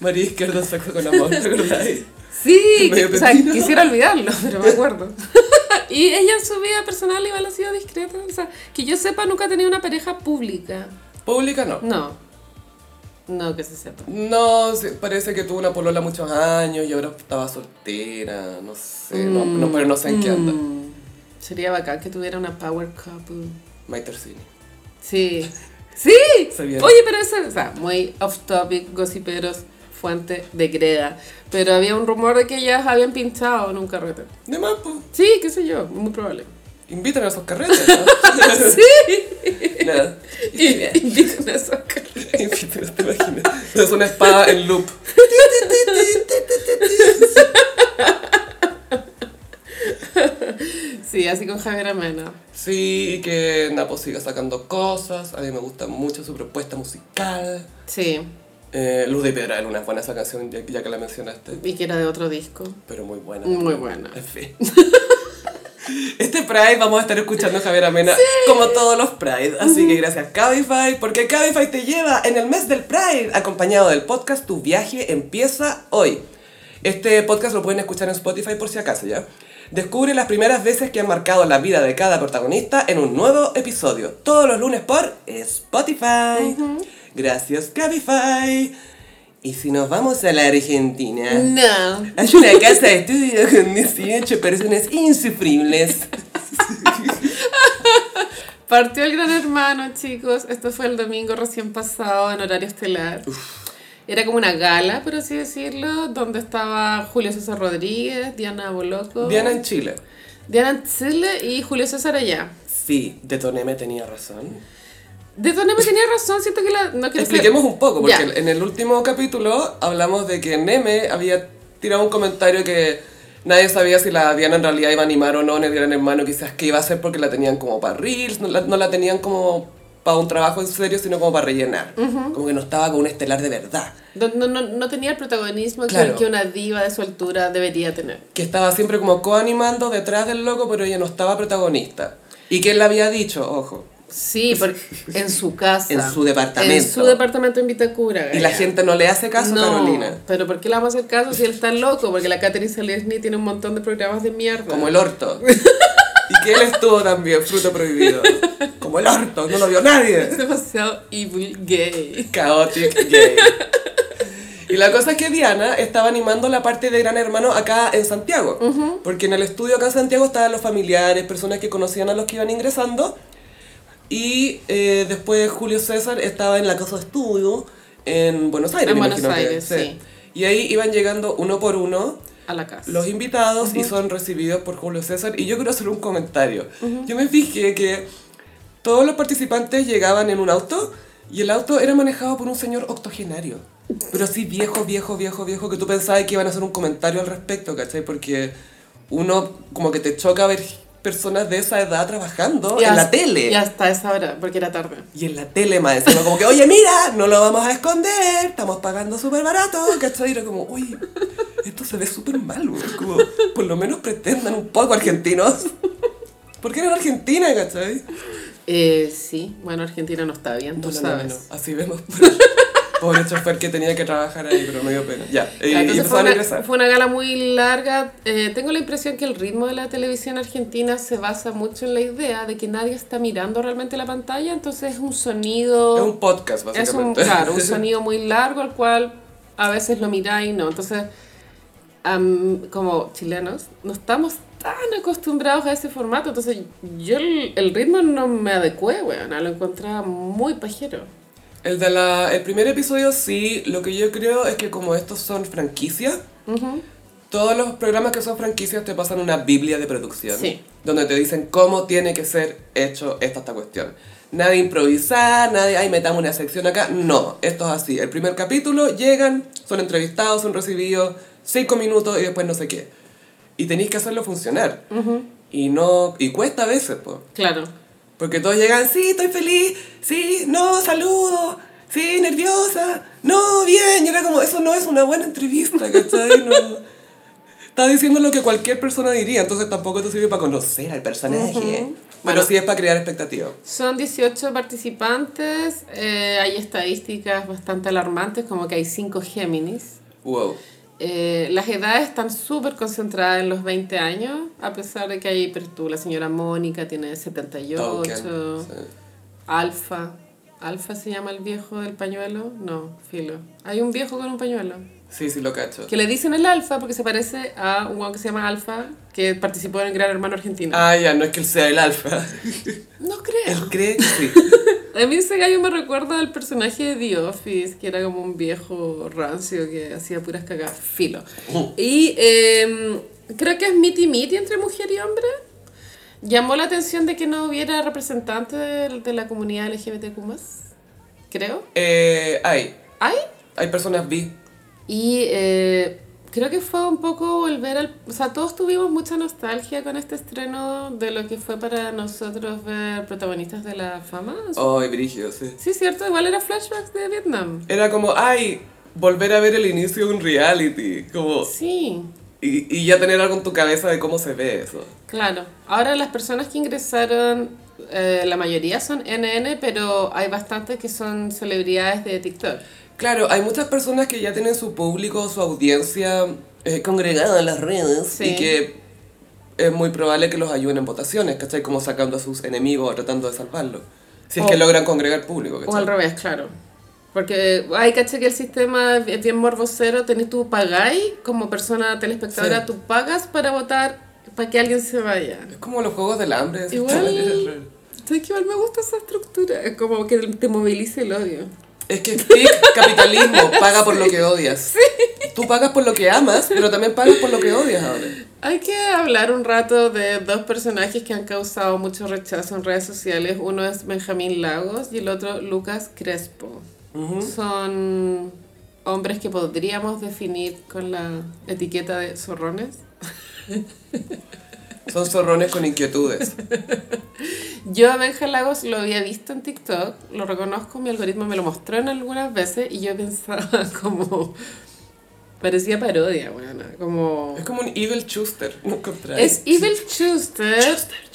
María Izquierda en sexo con amor, ¿te acordáis? Sí, Medio que- o sea, pepino. quisiera olvidarlo, pero me acuerdo. y ella en su vida personal igual ha sido discreta. O sea, que yo sepa, nunca ha tenido una pareja pública. Pública no. No. No, que se sepa. No, sí, parece que tuvo una polola muchos años y ahora estaba soltera, no sé, no, no, pero no sé en qué anda. Mm. Sería bacán que tuviera una power couple. Maite Orsini. Sí. ¡Sí! Se viene. Oye, pero eso, o sea, muy off topic, gossiperos, fuente de greda. Pero había un rumor de que ellas habían pinchado en un carrete. De más, pues. Sí, qué sé yo, muy probable. Invítame a esos carretes, ¿no? sí. Nada. Y, invitan a esos carretes. Invítame, te imaginas. Es una espada en loop. Sí, así con Javier Amena. Sí, y que Napo siga sacando cosas. A mí me gusta mucho su propuesta musical. Sí, Eh, Luz de Piedra era una buena esa canción, ya, ya que la mencionaste. y que era de otro disco. Pero muy buena. Muy buena. En fin. Este Pride vamos a estar escuchando a Javier Amena como todos los Pride. Así que gracias Cabify, porque Cabify te lleva en el mes del Pride. Acompañado del podcast Tu viaje empieza hoy. Este podcast lo pueden escuchar en Spotify por si acaso ya. Descubre las primeras veces que han marcado la vida de cada protagonista en un nuevo episodio. Todos los lunes por Spotify. Gracias Cabify. Y si nos vamos a la Argentina. No. Hay una casa de estudio con 18 personas insufribles. Partió el Gran Hermano, chicos. Esto fue el domingo recién pasado en horario estelar. Era como una gala, por así decirlo, donde estaba Julio César Rodríguez, Diana Boloco. Diana en Chile. Diana en Chile y Julio César allá. Sí, Detoneme tenía razón. De Toné me tenía razón, siento que la... No quiero ser- Expliquemos un poco, porque Ya. en el último capítulo hablamos de que Neme había tirado un comentario que nadie sabía si la Diana en realidad iba a animar o no en el Gran Hermano, quizás que iba a hacer porque la tenían como para reels, no la, no la tenían como para un trabajo en serio, sino como para rellenar. Como que no estaba con un estelar de verdad. No, no, no, no tenía el protagonismo que- Claro. que una diva de su altura debería tener. que estaba siempre como coanimando detrás del loco, pero ella no estaba protagonista. Y que él le había dicho, ojo. Sí, porque en su casa. En su departamento. En su departamento en Vitacura. Y la gaya. gente no le hace caso a Carolina. Pero ¿por qué le vamos a hacer caso si él está loco? Porque la Catherine Selesny tiene un montón de programas de mierda. Como el orto. y que él estuvo también, fruto prohibido. Como el orto, no lo vio nadie. Es demasiado evil gay. Chaotic gay. Y la cosa es que Diana estaba animando la parte de Gran Hermano acá en Santiago. Porque en el estudio acá en Santiago estaban los familiares, personas que conocían a los que iban ingresando. Y eh, después Julio César estaba en la casa de estudio en Buenos Aires. En me Buenos imagino que, Aires, sí. Y ahí iban llegando uno por uno A la casa. los invitados y son recibidos por Julio César. Y yo quiero hacer un comentario. Yo me fijé que todos los participantes llegaban en un auto y el auto era manejado por un señor octogenario. Pero así viejo, viejo, viejo, viejo, que tú pensabas que iban a hacer un comentario al respecto, ¿cachai? Porque uno como que te choca ver personas de esa edad trabajando Y en la hasta- tele. Y hasta esa hora, porque era tarde. Y en la tele más encima, como que, oye, mira, no lo vamos a esconder, estamos pagando súper barato, ¿cachai? Y era como, oye, esto se ve súper mal, güey. Como, por lo menos pretendan un poco, argentinos. ¿Por qué eran Argentina, cachai? Eh, sí, bueno, Argentina no está bien, No, tú no, no, no, sabes. no, así vemos. por- Pobre chofer que tenía que trabajar ahí, pero me dio pena. Ya, y, y Ya, entonces empezaron fue a una, ingresar. fue una gala muy larga. Eh, tengo la impresión que el ritmo de la televisión argentina se basa mucho en la idea de que nadie está mirando realmente la pantalla, entonces es un sonido... Es un podcast, Es un, básicamente. claro, un sonido muy largo al cual a veces lo miráis, no. Entonces, am, como chilenos, no estamos tan acostumbrados a ese formato. Entonces, yo el, el ritmo no me adecué, weón. Lo encontraba muy pajero. El, de la, el primer episodio sí, lo que yo creo es que como estos son franquicias, todos los programas que son franquicias te pasan una biblia de producción. Sí. Donde te dicen cómo tiene que ser hecho esta, esta cuestión. Nadie improvisa, nadie, ay, metamos una sección acá. No, esto es así. El primer capítulo llegan, son entrevistados, son recibidos, cinco minutos y después no sé qué. Y tenéis que hacerlo funcionar. Y no, y cuesta a veces, pues. Claro. Porque todos llegan, sí, estoy feliz, sí, no, saludo, sí, nerviosa, no, bien. Y era como, eso no es una buena entrevista, ¿cachai? No. Está diciendo lo que cualquier persona diría, entonces tampoco te sirve para conocer al personaje. Pero Bueno. sí es para crear expectativa. Son 18 participantes. eh, hay estadísticas bastante alarmantes, como que hay 5 Géminis. Wow. Eh, las edades están súper concentradas en los 20 años, a pesar de que hay, pero tú, la señora Mónica tiene 78, Token, sí. Alfa. Alfa se llama el viejo del pañuelo. No, filo. Hay un viejo con un pañuelo. sí, sí, lo cacho. Que le dicen el Alfa porque se parece a un guau que se llama Alfa que participó en el Gran Hermano Argentino. Ah, ya, no es que él sea el alfa. No creo. Él cree que sí. A mí ese gallo me recuerda al personaje de The Office, que era como un viejo rancio que hacía puras cagadas. Filo. Ujú. Y em, creo que es miti miti entre mujer y hombre. Llamó la atención de que no hubiera representante de, de la comunidad LGBTQ+. Creo. Eh, hay, ¿Hay? hay personas bi. Y eh, creo que fue un poco volver al... O sea, todos tuvimos mucha nostalgia con este estreno de lo que fue para nosotros ver protagonistas de la fama. Oh, y brígido, sí. Sí, cierto, igual era flashbacks de Vietnam. Era como, ay, volver a ver el inicio de un reality. Como, Sí, Y, y ya tener algo en tu cabeza de cómo se ve eso. claro. Ahora las personas que ingresaron, eh, la mayoría son NN, pero hay bastantes que son celebridades de TikTok. Claro, hay muchas personas que ya tienen su público, su audiencia eh, congregada en las redes Sí. y que es muy probable que los ayuden en votaciones, ¿cachai? Como sacando a sus enemigos o tratando de salvarlos. Si es O- que logran congregar público, O al ¿cachai? revés, claro. Porque hay caché que el sistema es bien morbosero, tenés tú pagáis, como persona telespectadora Sí. tú pagas para votar para que alguien se vaya. Es como los juegos del hambre. de cierta manera. Igual, sabes que igual me gusta esa estructura, es como que te movilice el odio. Es que es pic, capitalismo, paga por lo que odias. Tú pagas por lo que amas, pero también pagas por lo que odias ahora. Hay que hablar un rato de dos personajes que han causado mucho rechazo en redes sociales. Uno es Benjamín Lagos y el otro Lucas Crespo. Son hombres que podríamos definir con la etiqueta de zorrones. Son zorrones con inquietudes. Yo a Benja Lagos lo había visto en TikTok, lo reconozco, mi algoritmo me lo mostró en algunas veces y yo pensaba como... Parecía parodia, bueno, como... Es como un Evil Chuster, no contrario. Es Evil Schuster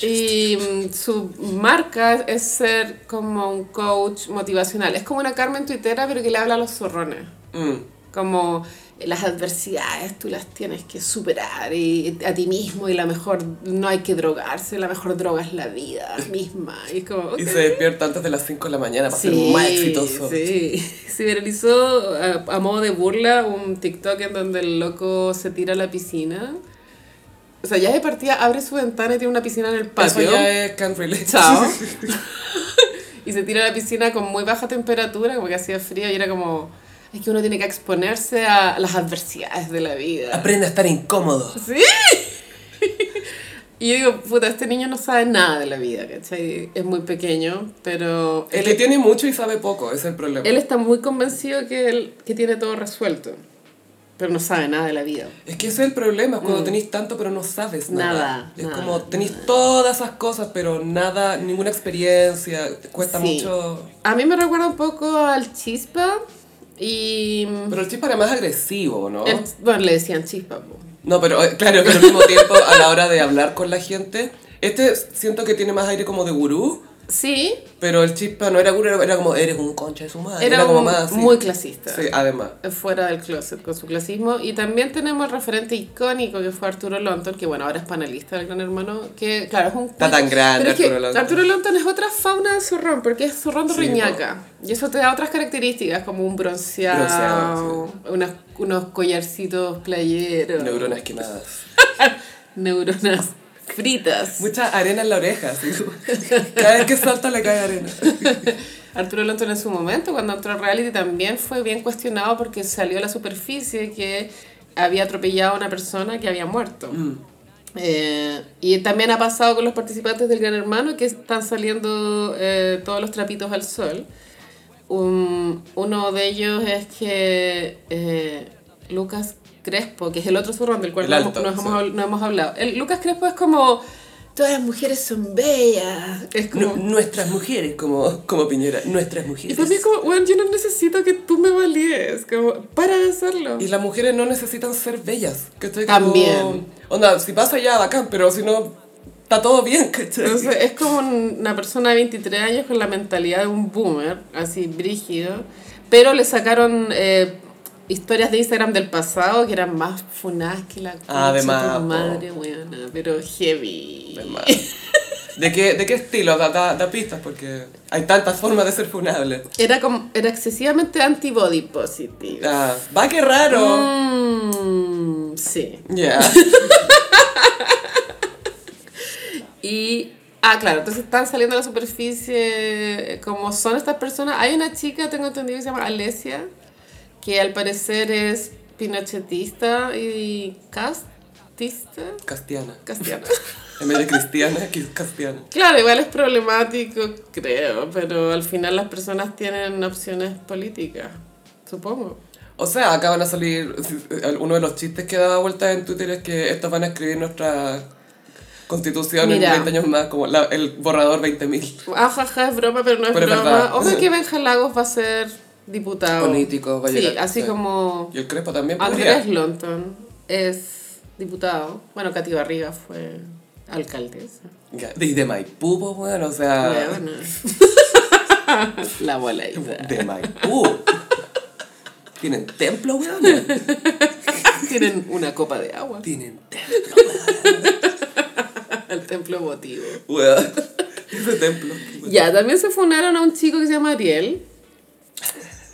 y mm, su marca es ser como un coach motivacional. Es como una Carmen Twittera, pero que le habla a los zorrones. Mm. Como eh, las adversidades tú las tienes que superar y a ti mismo y la mejor, no hay que drogarse, la mejor droga es la vida misma. Y es como, Y ok. se despierta antes de las 5 de la mañana para ser más exitoso. Sí, se viralizó a, a modo de burla un TikTok en donde el loco se tira a la piscina. O sea, ya de partida abre su ventana y tiene una piscina en el Eso patio. ya es can't relate. Chao. y se tira a la piscina con muy baja temperatura, como que hacía frío y era como... Es que uno tiene que exponerse a las adversidades de la vida. Aprende a estar incómodo. Y yo digo, puta, este niño no sabe nada de la vida, ¿cachai? Es muy pequeño, pero... El que tiene mucho y sabe poco, ese es el problema. Él está muy convencido que, él, que tiene todo resuelto, pero no sabe nada de la vida. Es que ese es el problema, cuando tenéis tanto pero no sabes nada. Nada, es nada, como tenéis todas esas cosas, pero nada, ninguna experiencia, te cuesta Sí. mucho. A mí me recuerda un poco al Chispa y... Pero el chip era más agresivo, ¿no? el- bueno, le decían Chispa. po. No, pero eh, claro, pero al mismo tiempo, a la hora de hablar con la gente, este siento que tiene más aire como de gurú, Sí, pero el chispa no era gurú, era- era como, eres un concha de su madre. era, Ah, Era, como un- más así. muy clasista. Sí, además. Fuera del closet con su clasismo. Y también tenemos el referente icónico que fue Arturo Lonton, que bueno, ahora es panelista del Gran Hermano, que claro, es un... Está tan grande Pero es que Arturo Lonton. Arturo Lonton es otra fauna de zorrón, porque es zorrón de Sí, riñaca. Y eso te da otras características, como un bronceado, Bronceado, unas- unos collarcitos playeros, Neuronas quemadas. neuronas fritas. Mucha arena en la oreja, así como- Cada vez que salta le cae arena. Arturo Lonton en su momento, cuando entró al reality, también fue bien cuestionado porque salió a la superficie que había atropellado a una persona que había Mm. muerto. Eh, y también ha pasado con los participantes del Gran Hermano que están saliendo eh, todos los trapitos al sol. Un- uno de ellos es que eh, Lucas Crespo, que es el otro zurrón del cual El no- alto, nos, hemos, sí. habl- no hemos hablado. El, Lucas Crespo es como... Todas las mujeres son bellas. Es como... Nu- nuestras mujeres, como, como Piñera, nuestras Y mujeres. para mí es como, bueno, yo no necesito que tú me valíes, como, para de hacerlo. Y las mujeres no necesitan ser bellas, ¿cachai? Como- También. onda, si pasa ya, bacán, pero si no, está todo bien, ¿cachai? Entonces es como un- una persona de 23 años con la mentalidad de un boomer, así brígido, pero le sacaron eh, historias de Instagram del pasado que eran más funadas que la concha de Además, tu po. madre, weona, pero heavy. ¿De qué, ¿De qué estilo? Da, da- da pistas, porque hay tantas formas de ser funable. Era, como, era excesivamente antibody positive. Ah, va, que raro. Mm, sí. Ya. Y, ah, claro, entonces están saliendo a la superficie eh, como son estas personas. Hay una chica, tengo entendido, que se llama Alesia, que al parecer es pinochetista y castista, Castiana. castiana. En vez de cristiana, que es castiana. claro, igual es problemático, creo, pero al final las personas tienen opciones políticas, supongo. O sea, acá van a salir. Uno de los chistes que daba vueltas en Twitter es que estos van a escribir nuestra constitución Mira. en 20 años más, como la- el borrador 20.000. Ajaja, Ah, es broma, pero no es Pero es broma. verdad. Ojo que Benja Lagos va a ser diputado. Político, va a Sí, llegar, así sí. como... Y el Crespo también podría. Andrés Lonton es diputado. Bueno, Cati Barriga fue alcaldesa. Ya, Y de Maipú, pues, bueno, o sea. Huevona. La bola Isa. De Maipú. Tienen templo, weón. Tienen una copa de agua. Tienen templo. El templo votivo. Weón. Ese templo. Ya, también se funaron a un chico que se llama Ariel.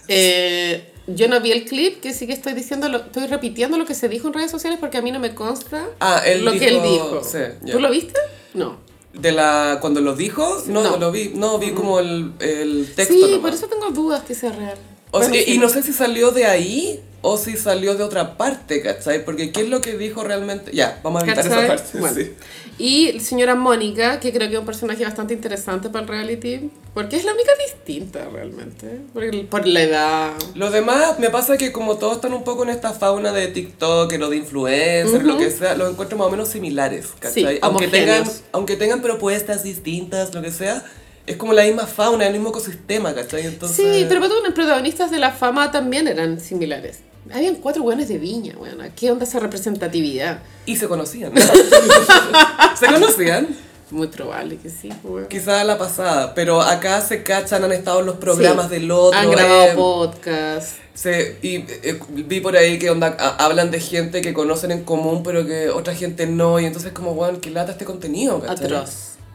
Eh, yo no vi el clip, que sí que estoy diciendo, lo- estoy repitiendo lo que se dijo en redes sociales porque a mí no me consta Ah, él lo que él dijo- dijo. sí, ya. ¿Tú lo viste? No. De la. Cuando lo dijo, no, No. lo vi. No, vi como el, el texto. sí, nomás. por eso tengo dudas que sea real. O Bueno, sea, y- sí. y no sé si salió de ahí o si salió de otra parte, ¿cachai? Porque ¿qué es lo que dijo realmente? Ya, vamos a evitar ¿Cachai? esa parte. Bueno. sí. Y señora Mónica, que creo que es un personaje bastante interesante para el reality, porque es la única distinta realmente, por, el- por la edad. Lo demás me pasa que como todos están un poco en esta fauna de TikTok, lo de influencer, lo que sea, los encuentro más o menos similares, ¿cachai? Sí, aunque, tengan, homogéneos. aunque tengan propuestas distintas, lo que sea, es como la misma fauna, el mismo ecosistema, ¿cachai? Entonces, Sí, pero pues todos los protagonistas de la fama también eran similares. Habían cuatro hueones de viña, weón. ¿Qué onda esa representatividad? Y se conocían. se conocían, Muy probable que sí, pues, weón. quizás a la pasada, pero acá se cachan, han estado en los programas del otro. Han grabado eh, podcast. Se, y eh, vi por ahí que onda, a- hablan de gente que conocen en común, pero que otra gente no, y entonces como, weón, qué lata este contenido, ¿cachai? Atroz.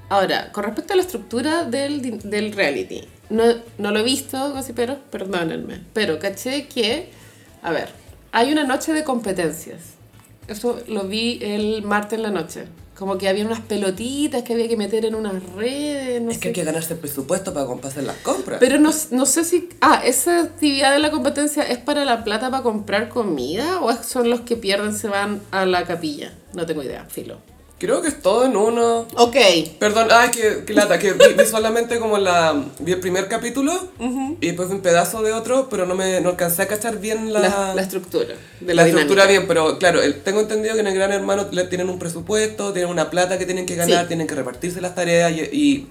Ahora, con respecto a la estructura del, din- del reality, no, no lo he visto, pero perdónenme, pero caché que, a ver, hay una noche de competencias. Eso lo vi el martes en la noche. Como que había unas pelotitas que había que meter en unas redes, no Es sé que hay que ganarse el presupuesto para comp- hacer las compras. Pero no, no sé si... Ah, ¿esa actividad de la competencia es para la plata para comprar comida o es- son los que pierden se van a la capilla? No tengo idea, filo. Creo que es todo en uno. Ok. Perdón, ay, que, que lata, que vi, vi solamente como la, vi el primer capítulo y después vi un pedazo de otro, pero no me no alcancé a cachar bien la, La, la estructura. De la la, estructura dinámica. bien, pero claro, el- tengo entendido que en el Gran Hermano le tienen un presupuesto, tienen una plata que tienen que ganar, Sí. tienen que repartirse las tareas y, y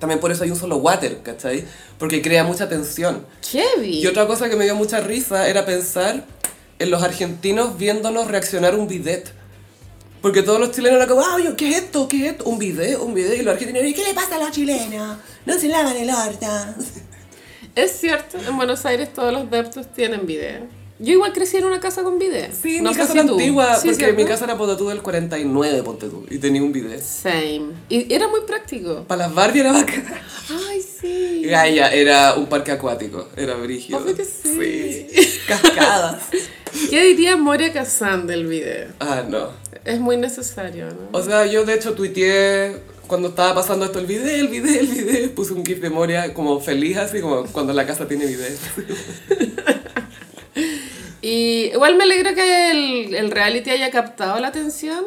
también por eso hay un solo water, ¿cachai? Porque crea mucha tensión. Kevin. Y otra cosa que me dio mucha risa era pensar en los argentinos viéndonos reaccionar un bidet. Porque todos los chilenos eran como, "Ah, oye, ¿qué es esto? ¿Qué es esto? Un bidet, un bidet. Y los argentinos, ¿y qué le pasa a los chilenos? No se lavan el horta. Es cierto, en Buenos Aires todos los deptos tienen video. Yo igual crecí en una casa con video. Sí, no mi sé casa si era tú. antigua, Sí, porque ¿cierto? mi casa era ponte tú del 49, ponte tú. Y tenía un bidet. Same. Y era muy práctico. Para las Barbie era bacana. Ay, sí. Gaia era un parque acuático, era brígido. Obvio que sí. Sí. Cascadas. ¿Qué diría Moria Kazan del video? ah, no. Es muy necesario, ¿no? O sea, yo de hecho tuiteé cuando estaba pasando esto el video, el video, el video. Puse un gif de Moria como feliz, así como cuando la casa tiene video. Y igual me alegra que el, el reality haya captado la atención.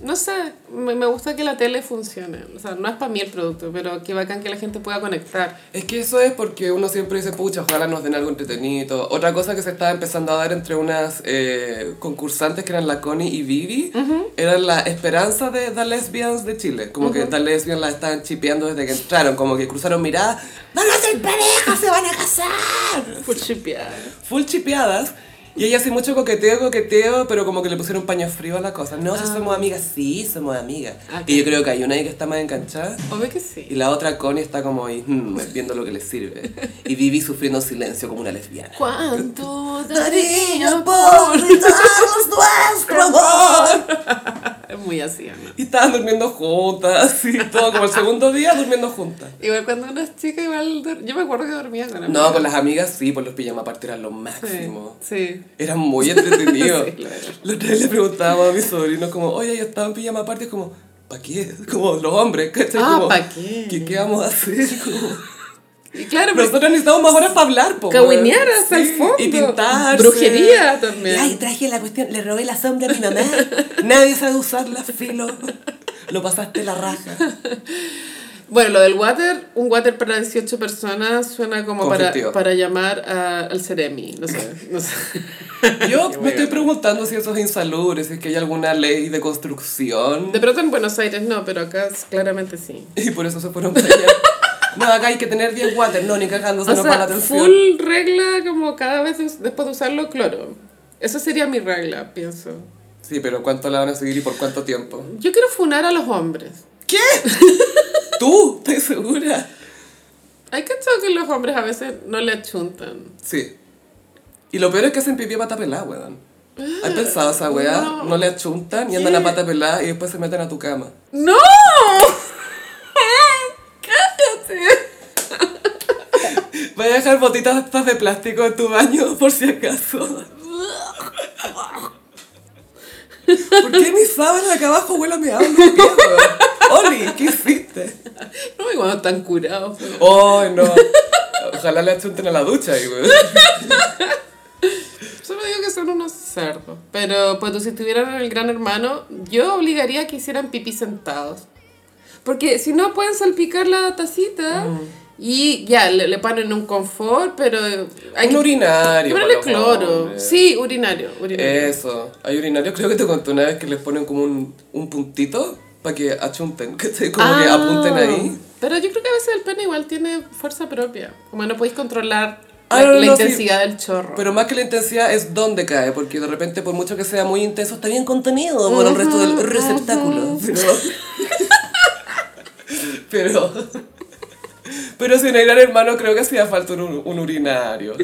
No sé, me, me gusta que la tele funcione. O sea, no es para mí el producto, pero qué bacán que la gente pueda conectar. Es que eso es porque uno siempre dice, pucha, ojalá nos den algo entretenido. Otra cosa que se estaba empezando a dar entre unas eh, concursantes que eran la Connie y Vivi, era la esperanza de The Lesbians de Chile. Como que The Lesbians la estaban chipeando desde que entraron, como que cruzaron miradas, ¡van a ser pareja, se van a casar! Por shipear. full chipeadas. Y ella así mucho coqueteo, coqueteo, pero como que le pusieron paño frío a la cosa. No, si somos amigas, sí, somos amigas. Ok. Y yo creo que hay una ahí que está más enganchada. Obvio que Y sí. la otra, Connie, está como ahí, "Mm, viendo lo que le sirve. Y Vivi sufriendo en silencio como una lesbiana. ¿Cuánto Cariño, daría por nuestro amor. Es muy así, ¿no? Y estaban durmiendo juntas, y todo como el segundo día durmiendo juntas. Igual cuando uno es chica, igual... dur- Yo me acuerdo que dormía con amigas. No, con las amigas sí, por los pijamas aparte eran lo Sí, máximo. sí. Era muy entretenido. Sí, lo era. La otra vez le preguntábamos a mis sobrinos como, oye, yo estaba en pijama aparte, es como, ¿para qué? Como los hombres, ¿cachai? Ah, Como, ¿pa' qué? ¿Qué, qué vamos a hacer? Como, Y claro, pero... nosotros necesitamos más horas para hablar, po. Cahuinear weón. hasta el fondo. Y pintar. Brujería también. Ay, traje la cuestión, le robé la sombra a mi mamá. Nadie sabe usarla, filo. Lo pasaste la raja. Bueno, lo del water, un water para 18 personas suena como para, Conflictivo. para llamar a- al Ceremi, no sé, no sé. Yo me estoy preguntando si eso es insalubre, si es que hay alguna ley de construcción. De pronto en Buenos Aires no, pero acá es- claramente sí. Y por eso se fueron para allá. No, acá hay que tener bien water, no, ni cagando, se O nos va la sea, atención. full regla como cada vez des- después de usarlo, cloro. Eso sería mi regla, pienso. Sí, pero ¿cuánto la van a seguir y por cuánto tiempo? Yo quiero funar a los hombres. ¿Qué? ¿Tú? ¿Estás segura? Hay que achar que los hombres a veces no le achuntan. Sí. Y lo peor es que hacen pipí a pata pelada, weón. ¿Has pensado esa weá? No. no. le achuntan y andan a pata pelada y después se meten a tu cama. ¡No! ¡Cállate! Voy a dejar botitas estas de plástico en tu baño por si acaso. ¿Por qué mi sábana acá abajo huele a mi agua? Oli, ¿qué hiciste? No, igual están curados. ¡Ay, no! Ojalá le achunten a la ducha ahí, güey. Solo digo que son unos cerdos. Pero pues tú, si estuvieran en el gran hermano, yo obligaría a que hicieran pipí sentados. Porque si no pueden salpicar la tacita Mm. y ya, le, le ponen un confort, pero hay Un urinario. Pero le para los cloro. hombres. Sí, urinario. Eh, urinario. Eso. Hay urinarios, creo que te conté una vez que les ponen como un, un puntito para que achunten, ¿cachai? Como que Ah, apunten ahí. Pero yo creo que a veces el pene igual tiene fuerza propia. Como no podéis controlar Ah, la, no, no, la no, sí. intensidad del chorro. Pero más que la intensidad es dónde cae, porque de repente, por mucho que sea muy intenso, está bien contenido por el resto del receptáculo. Pero. Pero. Pero sin ir al hermano, creo que hacía falta un, un urinario.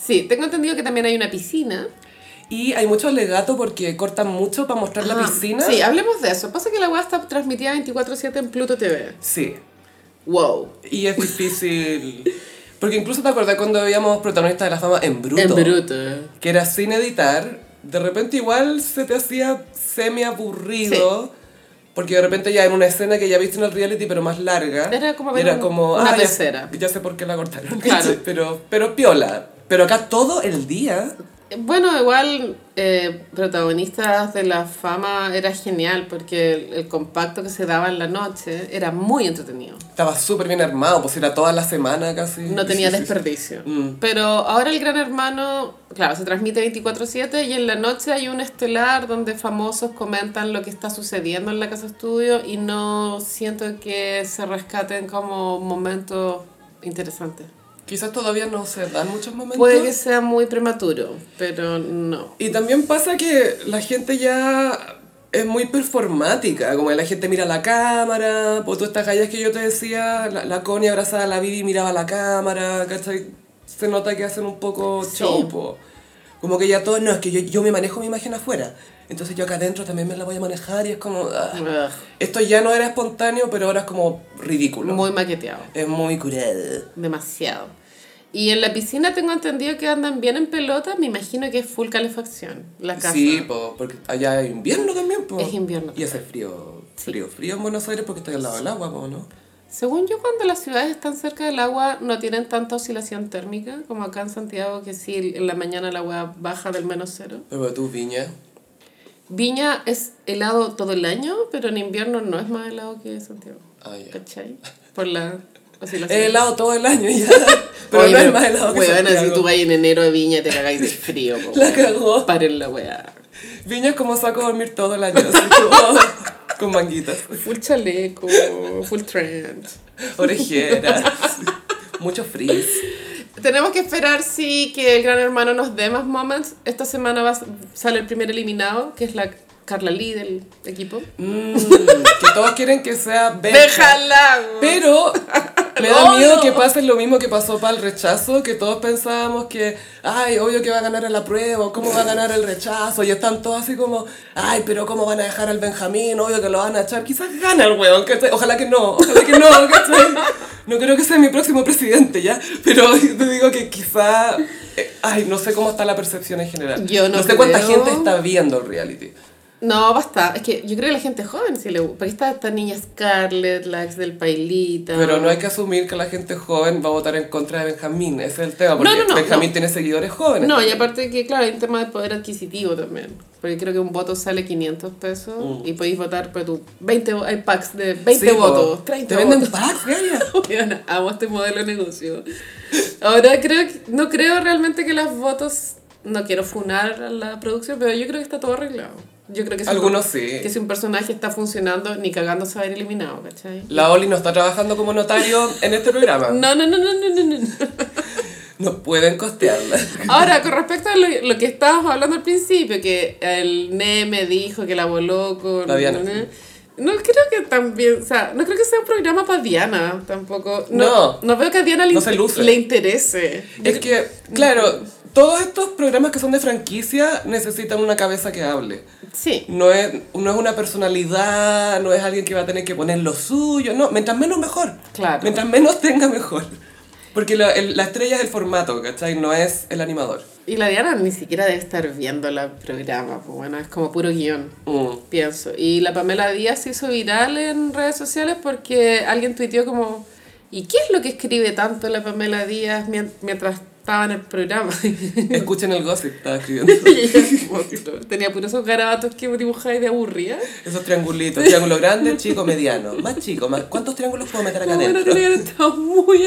Sí, tengo entendido que también hay una piscina. Y hay mucho alegato porque cortan mucho para mostrar la Ah, piscina. Sí, hablemos de eso. Pasa que la weá está transmitida 24-7 en Pluto TV. Sí. Wow. Y es difícil. Porque incluso te acordás cuando veíamos protagonistas de la fama en bruto. En bruto. Que era sin editar. De repente igual se te hacía semi aburrido. Porque de repente ya en una escena que ya viste en el reality, pero más larga. Era como y ver era un- como, "Ah, una ya- pecera". Ya, sé por qué la cortaron. Claro. pero, pero piola. Pero acá todo el día. Bueno, igual eh, protagonistas de la fama era genial porque el, el compacto que se daba en la noche era muy entretenido. Estaba súper bien armado, pues era toda la semana casi. No tenía desperdicio. Pero ahora el Gran Hermano, claro, se transmite 24/7 y en la noche hay un estelar donde famosos comentan lo que está sucediendo en la casa estudio y no siento que se rescaten como momentos interesantes. Quizás todavía no se dan muchos momentos. Puede que sea muy prematuro, pero no. Y también pasa que la gente ya es muy performática, como que la gente mira la cámara, pues todas estas gallas que yo te decía, la, la Connie abrazada a la Bibi miraba la cámara, ¿cachai? Se nota que hacen un poco Sí. show, po. Como que ya todo, no, es que yo, yo me manejo mi imagen afuera, entonces yo acá adentro también me la voy a manejar y es como... ah. Ugh, Esto ya no era espontáneo, pero ahora es como ridículo. muy maqueteado. Es muy curado. Demasiado. Y en la piscina tengo entendido que andan bien en pelota, me imagino que es full calefacción la casa. Sí, po, porque allá hay invierno también, po. Es invierno. Y hace frío, Sí. frío, frío en Buenos Aires porque está al lado del agua, po, ¿no? Según yo, cuando las ciudades están cerca del agua no tienen tanta oscilación térmica como acá en Santiago, que sí, en la mañana la agua baja del menos cero. Pero tú, Viña, Viña es helado todo el año, pero en invierno no es más helado que Santiago. Ah, ya. ¿Cachai? Por la es oscilación. helado todo el año ya, pero Pero no es más helado que si Santiago. tú vas en enero a Viña te cagáis de frío. po, La weón. cagó. Paren la weá. Viña es como saco a dormir todo el año, así como con manguitas, Full chaleco, full trend. orejeras, mucho frizz. Tenemos que esperar, sí, que el gran hermano nos dé más moments. Esta semana va, sale el primer eliminado, que es la Carla Lee del equipo. Mm, que todos quieren que sea Benja. ¡Déjala! güey. Pero me da Lo miedo odio. que pase lo mismo que pasó para el rechazo, que todos pensábamos que, ay, obvio que va a ganar el apruebo, ¿cómo va a ganar el rechazo? Y están todos así como, ay, pero ¿cómo van a dejar al Benjamín? Obvio que lo van a echar. Quizás gana el weón, ¿cachai? Ojalá que no, ojalá que no, ¿cachai? No creo que sea mi próximo presidente, ¿ya? Pero yo te digo que quizá, eh, ay, no sé cómo está la percepción en general. Yo no sé cuánta creo. gente está viendo el reality. No, basta. Es que yo creo que la gente joven sí le gusta. Porque está esta niña Scarlett, la ex del Pailita. Pero no hay que asumir que la gente joven va a votar en contra de Benjamín, ese es el tema, porque No, no, no, Benjamín no. tiene seguidores jóvenes. No, y también. aparte que, claro, hay un tema de poder adquisitivo también. Porque creo que un voto sale 500 pesos y podéis votar por tu 20, vo- hay packs de 20 Mm. Sí, po. votos, 30 Te venden votos. packs, gaya. Weona, amo este modelo de negocio. Ahora creo que- no creo realmente que las votos, no quiero funar a la producción, pero yo creo que está todo arreglado. Yo creo que si un- Algunos sí. que si un personaje está funcionando, ni cagando se va a ir eliminado, ¿cachai? La Oli no está trabajando como notario en este programa. No, no, no, no, no, no, no. No pueden costearla. Ahora, con respecto a lo, lo que estábamos hablando al principio, que el Neme dijo que la voló con... La Diana. No creo que también, o sea, no creo que sea un programa para Diana tampoco. No. No, no, veo que a Diana le, No inter- se luce. le interese. Es que, claro, todos estos programas que son de franquicia necesitan una cabeza que hable. Sí. No es, no es una personalidad, no es alguien que va a tener que poner lo suyo, no, mientras menos mejor. Claro. Mientras menos tenga mejor. Porque la, el- la estrella es el formato, ¿cachai? No es el animador. Y la Diana ni siquiera debe estar viendo el programa, pues bueno, es como puro guión, Mm. pienso. Y la Pamela Díaz se hizo viral en redes sociales porque alguien tuiteó como, ¿Y qué es lo que escribe tanto la Pamela Díaz mien- mientras estaba en el programa? Escuchen el gossip, estaba escribiendo. Tenía puros esos garabatos que dibujáis de aburrida. Esos triangulitos, triángulo grande, chico, mediano, más chico, más... ¿Cuántos triángulos puedo meter acá La buena adentro? tiene que haber estado muy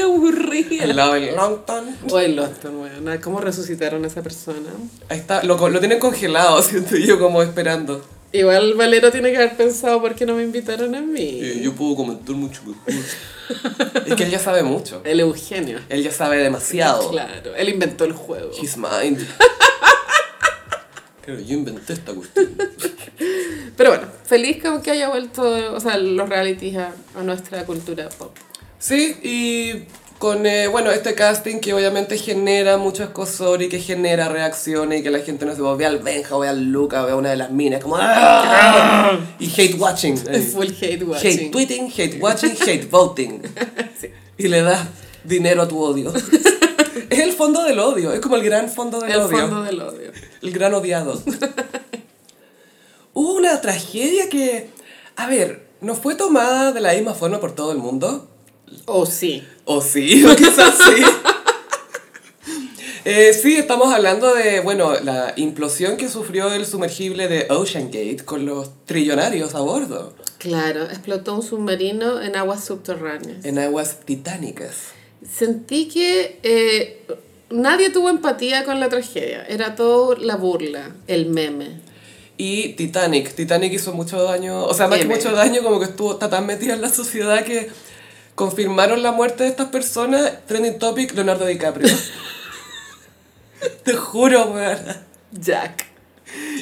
aburrida. El lado del Longton. Oye, Loston, weón, ¿cómo resucitaron a esa persona? Ahí está, lo, lo tienen congelado, siento yo, como esperando. Igual Valero tiene que haber pensado por qué no me invitaron a mí. Eh, yo puedo comentar mucho Es que él ya sabe mucho. El Eugenio. Él ya sabe demasiado. Claro, él inventó el juego. His mind. Claro, yo inventé esta cuestión. Pero bueno, feliz con que haya vuelto, o sea, los realities a, a nuestra cultura pop. Sí, y con, eh, bueno, este casting que obviamente genera mucho escosor y que genera reacciones y que la gente no se va, ve al Benja, ve al Luca, ve a una de las minas, como "Ah". Y hate watching. Es eh. full hate watching. Hate tweeting, hate watching, hate voting. Y le das dinero a tu odio. es el fondo del odio, es como el gran fondo del el odio. fondo del odio. El gran odiado. Hubo una tragedia que, a ver, no fue tomada de la misma forma por todo el mundo. Oh, sí. O sí, o quizás sí. Eh, sí, estamos hablando de, bueno, la implosión que sufrió el sumergible de Ocean Gate con los trillonarios a bordo Claro, explotó un submarino en aguas subterráneas. en aguas titánicas. Sentí que eh, nadie tuvo empatía con la tragedia. Era todo la burla, el meme. Y Titanic. Titanic hizo mucho daño. O sea, más que Meme. mucho daño, como que estuvo está tan metida en la sociedad que confirmaron la muerte de estas personas. Trending topic, Leonardo DiCaprio. Te juro, weón. Jack.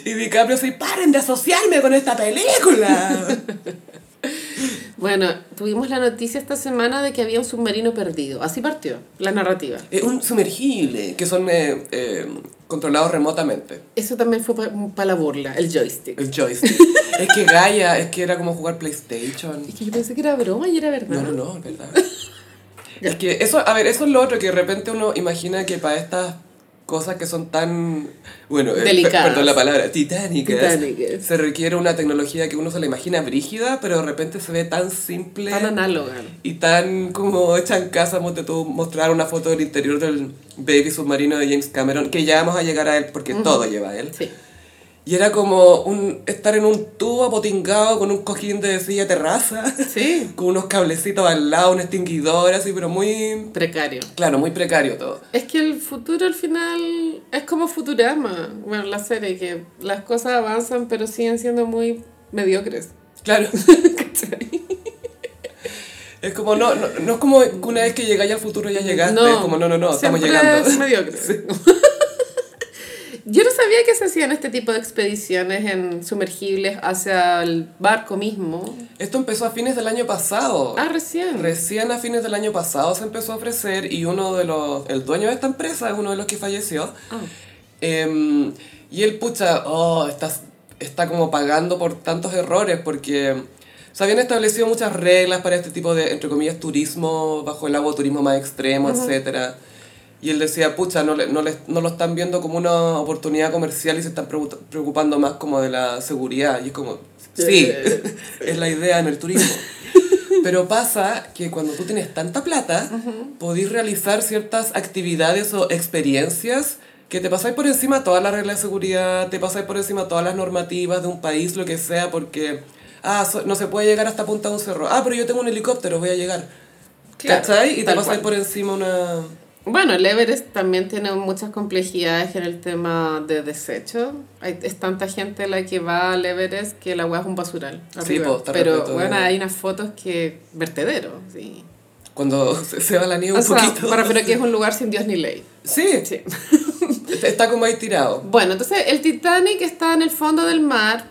Y DiCaprio así, paren de asociarme con esta película. Bueno, tuvimos la noticia esta semana de que había un submarino perdido. Así partió la narrativa. Eh, un sumergible, que son eh, eh, controlados remotamente. Eso también fue para la burla, el joystick. El joystick. es que Gaia, es que era como jugar PlayStation. Es que yo pensé que era broma y era verdad. No, no, no, es verdad. es que eso, a ver, eso es lo otro, que de repente uno imagina que para estas cosas que son tan, bueno, eh, per- Delicadas. perdón la palabra, titánicas, Titánicas. se requiere una tecnología que uno se la imagina brígida, pero de repente se ve tan simple Tan análoga. y tan como hecha en casa, monte tú, mostrar una foto del interior del baby submarino de James Cameron, que ya vamos a llegar a él porque todo lleva a él. Sí. Y era como un, estar en un tubo apotingado con un cojín de silla terraza. Sí. Con unos cablecitos al lado, un extinguidor, así, pero muy... Precario. Claro, muy precario todo. Es que el futuro al final es como Futurama. Bueno, la serie, que las cosas avanzan pero siguen siendo muy mediocres. Claro. es como, no, no, no es como que una vez que llegáis al futuro ya llegaste. es como, no, no, no, estamos siempre llegando. Es mediocre. Yo no sabía que se hacían este tipo de expediciones en sumergibles hacia el barco mismo. Esto empezó a fines del año pasado. Ah, recién. Recién a fines del año pasado se empezó a ofrecer y uno de los, el dueño de esta empresa es uno de los que falleció. Ah. Em, y él, pucha, oh, está, está como pagando por tantos errores porque se habían establecido muchas reglas para este tipo de, entre comillas, turismo bajo el agua, turismo más extremo, etcétera Y él decía, pucha, no, le- no, les- no lo están viendo como una oportunidad comercial y se están preocup- preocupando más como de la seguridad. Y es como, sí, Eh, es la idea en el turismo. Pero pasa que cuando tú tienes tanta plata, podís realizar ciertas actividades o experiencias que te pasáis por encima de todas las reglas de seguridad, te pasáis por encima de todas las normativas de un país, lo que sea, porque, ah, so- no se puede llegar hasta punta de un cerro. Ah, pero yo tengo un helicóptero, voy a llegar. Claro, ¿Cachai? Y te tal pasáis por cual. encima una... Bueno, el Everest también tiene muchas complejidades en el tema de desecho. Hay, es tanta gente la que va al Everest que la weá es un basural. arriba. po, está Pero repleto de- bueno, hay unas fotos que vertedero, sí. Cuando se, se va la nieve O un sea, poquito. me refiero que es un lugar sin Dios ni ley. Sí, Sí. está como ahí tirado. Bueno, entonces el Titanic está en el fondo del mar.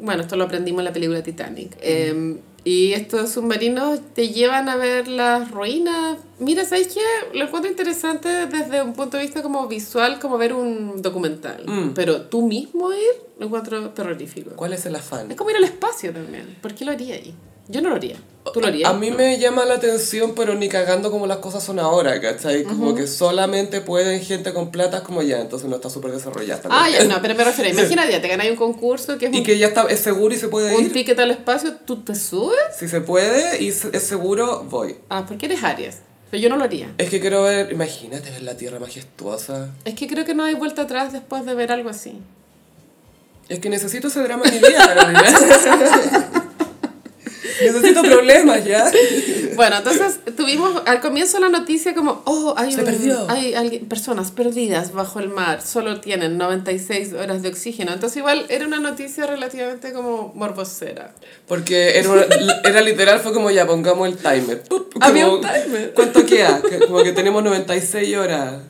Bueno, esto lo aprendimos en la película Titanic. Eh, y estos submarinos te llevan a ver las ruinas. Mira, ¿sabes qué? Lo encuentro interesante desde un punto de vista como visual, como ver un documental. Mm. Pero tú mismo ir, lo encuentro terrorífico. ¿Cuál es el Es afán? como ir al espacio también. ¿Por qué lo haría ahí? Yo no lo haría. ¿Tú lo harías? A mí me llama la atención, pero ni cagando como las cosas son ahora, ¿cachai? Como que solamente pueden gente con plata como ya, entonces no está súper desarrollada. esta Ah, cuestión. ya, no, pero me refiero, imagínate, ya te ganáis un concurso que es Y un, que ya está, es seguro y se puede un ir. ticket al espacio, ¿tú te subes? Si se puede y se- es seguro, voy. Ah, porque eres Aries, pero yo no lo haría. Es que quiero ver, imagínate ver la tierra majestuosa. Es que creo que no hay vuelta atrás después de ver algo así. Es que necesito ese drama en mi vida, Carolina. necesito problemas ya. Bueno, entonces tuvimos al comienzo la noticia como, oh, hay, Se un- perdió. hay alguien- personas perdidas bajo el mar, solo tienen 96 horas de oxígeno. Entonces igual era una noticia relativamente como morbosera. Porque era, una- era literal, fue como ya, pongamos el timer. Pup, como, Había un timer. ¿Cuánto queda? Que- Como que tenemos 96 horas.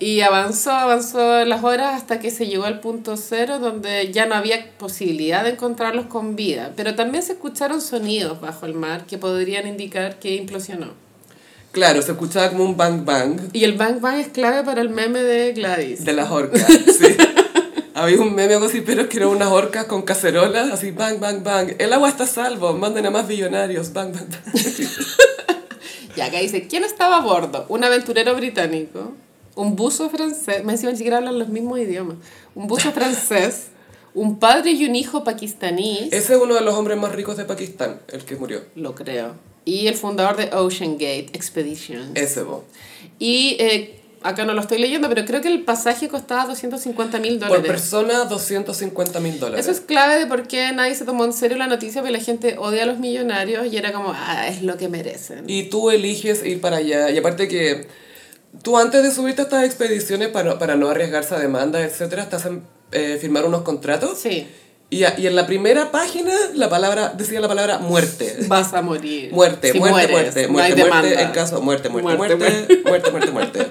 Y avanzó, avanzó las horas hasta que se llegó al punto cero donde ya no había posibilidad de encontrarlos con vida. Pero también se escucharon sonidos bajo el mar que podrían indicar que implosionó. Claro, se escuchaba como un bang bang Y el bang bang es clave para el meme de Gladys. de las orcas. Sí. Había un meme así, pero que eran unas orcas con cacerolas, así bang bang bang. El agua está a salvo, manden a más billonarios, bang bang bang. Y acá dice, ¿quién estaba a bordo? Un aventurero británico, un buzo francés, me decían ni siquiera hablan los mismos idiomas, un buzo francés, un padre y un hijo pakistaní, Ese es uno de los hombres más ricos de Pakistán, el que murió. lo creo, y el fundador de Ocean Gate Expeditions. Ese vos. Y eh, acá no lo estoy leyendo, pero creo que el pasaje costaba 250 mil Por dólares. persona, 250 mil dólares. Eso es clave de por qué nadie se tomó en serio la noticia, porque la gente odia a los millonarios y era como, ah, es lo que merecen. Y tú eliges ir para allá. Y aparte que tú antes de subirte a estas expediciones para, para no arriesgarse a demandas, etcétera, te hacen eh, firmar unos contratos. Sí, Y, a- y en la primera página la palabra decía la palabra muerte. vas a morir. Muerte, Si muerte, mueres, muerte, no muerte, hay muerte, demanda. en caso, muerte, muerte, Muerte, muerte, muerte, muerte, muerte,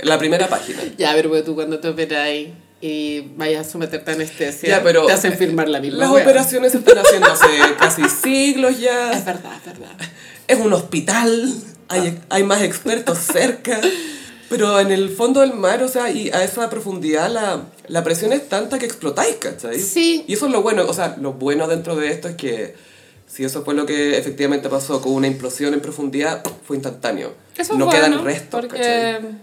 La primera página. Ya, pero güey, tú cuando te operáis y vayas a someterte a anestesia, Ya, pero te hacen firmar la misma. Las wea. operaciones se están haciendo hace casi siglos Es ya. verdad, es verdad. Es un hospital, hay, hay más expertos cerca. Pero en el fondo del mar, o sea, y a esa profundidad la, la presión es tanta que explotáis, ¿cachai? Sí. Y eso es lo bueno, o sea, lo bueno dentro de esto es que si eso fue lo que efectivamente pasó con una implosión en profundidad, fue instantáneo. Eso es no bueno, quedan restos, ¿cachai? Porque.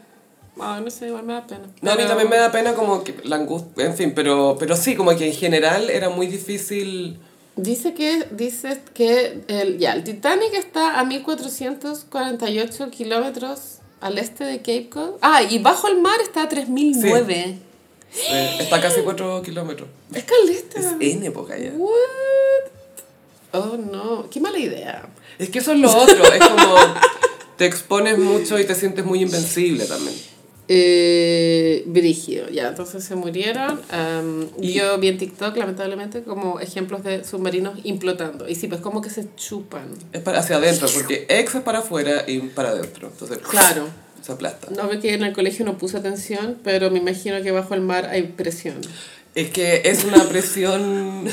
Ah, no sé, igual me da pena. No, a mí Pero- también me da pena como que la angustia, en fin, pero, pero sí, como que en general era muy difícil. Dice que, dice que el, ya, el Titanic está a 1448 kilómetros al este de Cape Cod. Ah, y bajo el mar está a 3009. eh, está casi 4 kilómetros. Es caleta. Es N, po, calla. What? Oh, no. Qué mala idea. Es que eso es lo otro, es como te expones mucho y te sientes muy invencible también. Eh, brígido, ya, entonces se murieron. am, Y- Yo vi en TikTok, lamentablemente, como ejemplos de submarinos implotando. Y sí, pues como que se chupan. Es para hacia adentro, porque ex es para afuera y para adentro. Entonces, Claro. se aplasta. No ve que en el colegio no puse atención, pero me imagino que bajo el mar hay presión. Es que es una presión.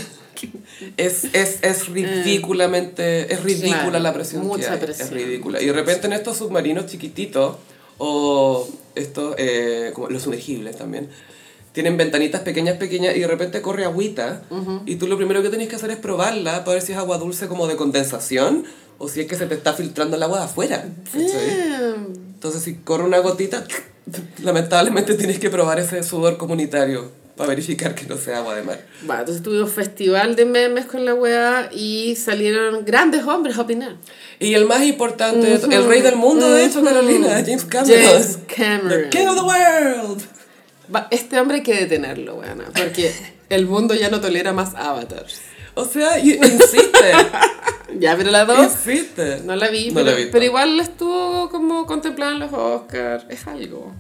Es, es, es ridículamente. Es ridícula Eh, Claro, la presión. que mucha hay, Es presión. ridícula. Y de repente en estos submarinos chiquititos, o estos, eh, como los sumergibles también, tienen ventanitas pequeñas, pequeñas, y de repente corre agüita. Y tú lo primero que tenés que hacer es probarla para ver si es agua dulce como de condensación, o si es que se te está filtrando el agua de afuera. ¿cachai? Damn. Entonces, si corre una gotita, lamentablemente tienes que probar ese sudor comunitario para verificar que no sea agua de mar. Bueno, entonces tuvimos festival de memes con la weá y salieron grandes hombres a opinar. Y el más importante, de to- el rey del mundo, de hecho, Carolina, James Cameron. James Cameron. The king of the world. Va- Este hombre hay que detenerlo, weá, porque el mundo ya no tolera más avatars. O sea, y- insiste, Ya, pero la dos insiste. No la vi, No pero, la he visto. pero igual estuvo como contemplada en los Oscars. Es algo.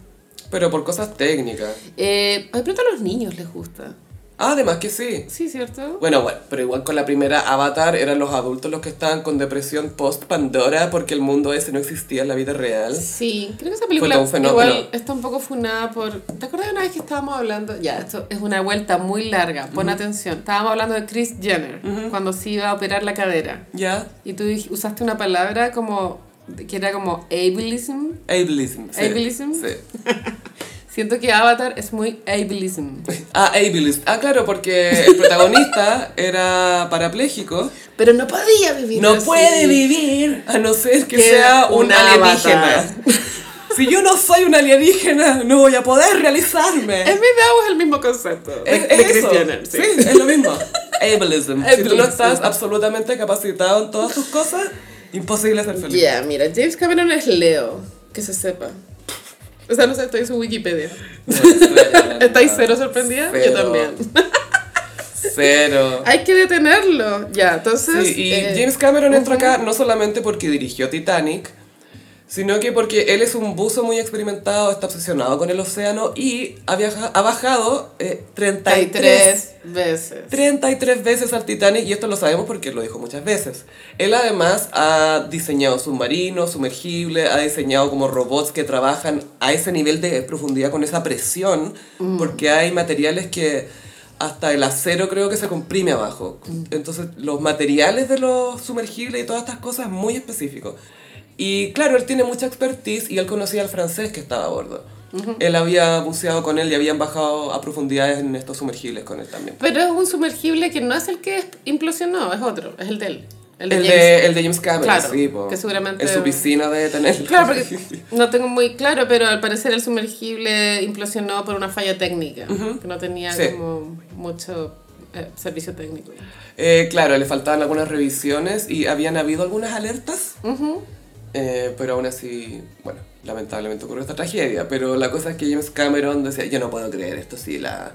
Pero por cosas técnicas. Ah, Eh, de pronto a los niños les gusta. Además que sí. Sí, ¿cierto? Bueno, bueno, pero igual con la primera Avatar eran los adultos los que estaban con depresión post-Pandora porque el mundo ese no existía en la vida real. Sí, creo que esa todo película un fenómeno. igual está un poco funada por... ¿Te acuerdas de una vez que estábamos hablando? Ya, esto es una vuelta muy larga, pon atención. Estábamos hablando de Chris Jenner, cuando se iba a operar la cadera. ¿Ya? Y tú dij- usaste una palabra como... que era como ableism. Ableism. sí, Ableism. Sí. Siento que Avatar es muy ableism. Ah, ableist. Ah, claro, porque el protagonista era parapléjico. Pero no podía vivir No así. puede vivir a no ser que, Que sea un, un alienígena. avatar. si yo no soy un alienígena, no voy a poder realizarme. En mi DAO es el mismo concepto. De, de eso. Christianer, sí. es lo mismo. Ableism. Si tú no Ableism. estás absolutamente capacitado en todas tus cosas, imposible ser feliz. Ya, mira, James Cameron es Leo, que se sepa. O sea, no sé, estoy en su Wikipedia. No, cero, ¿Estáis no. cero sorprendida? Cero. Yo también. Cero. Hay que detenerlo. Ya, entonces. Sí, y eh, James Cameron entra ujú. acá no solamente porque dirigió Titanic, sino que porque él es un buzo muy experimentado, está obsesionado con el océano y ha, viaja- ha bajado eh, 33, 33 veces. 33 veces al Titanic y esto lo sabemos porque lo dijo muchas veces. Él además ha diseñado submarinos, sumergibles, ha diseñado como robots que trabajan a ese nivel de profundidad con esa presión, porque hay materiales que hasta el acero creo que se comprime abajo. Entonces los materiales de los sumergibles y todas estas cosas es muy específicos. Y claro, él tiene mucha expertise y él conocía al francés que estaba a bordo. Él había buceado con él y habían bajado a profundidades en estos sumergibles con él también. Pero es un sumergible que no es el que implosionó, es otro, es el de él. El de El James. de, el de James Cameron, Claro, sí, po. que seguramente- En su piscina debe tener. Claro, porque no tengo muy claro, pero al parecer el sumergible implosionó por una falla técnica, que no tenía Sí. como mucho eh, servicio técnico. Eh, claro, le faltaban algunas revisiones y habían habido algunas alertas, Ujú. eh, pero aún así, bueno, lamentablemente ocurrió esta tragedia. Pero la cosa es que James Cameron decía, yo no puedo creer esto, sí, la...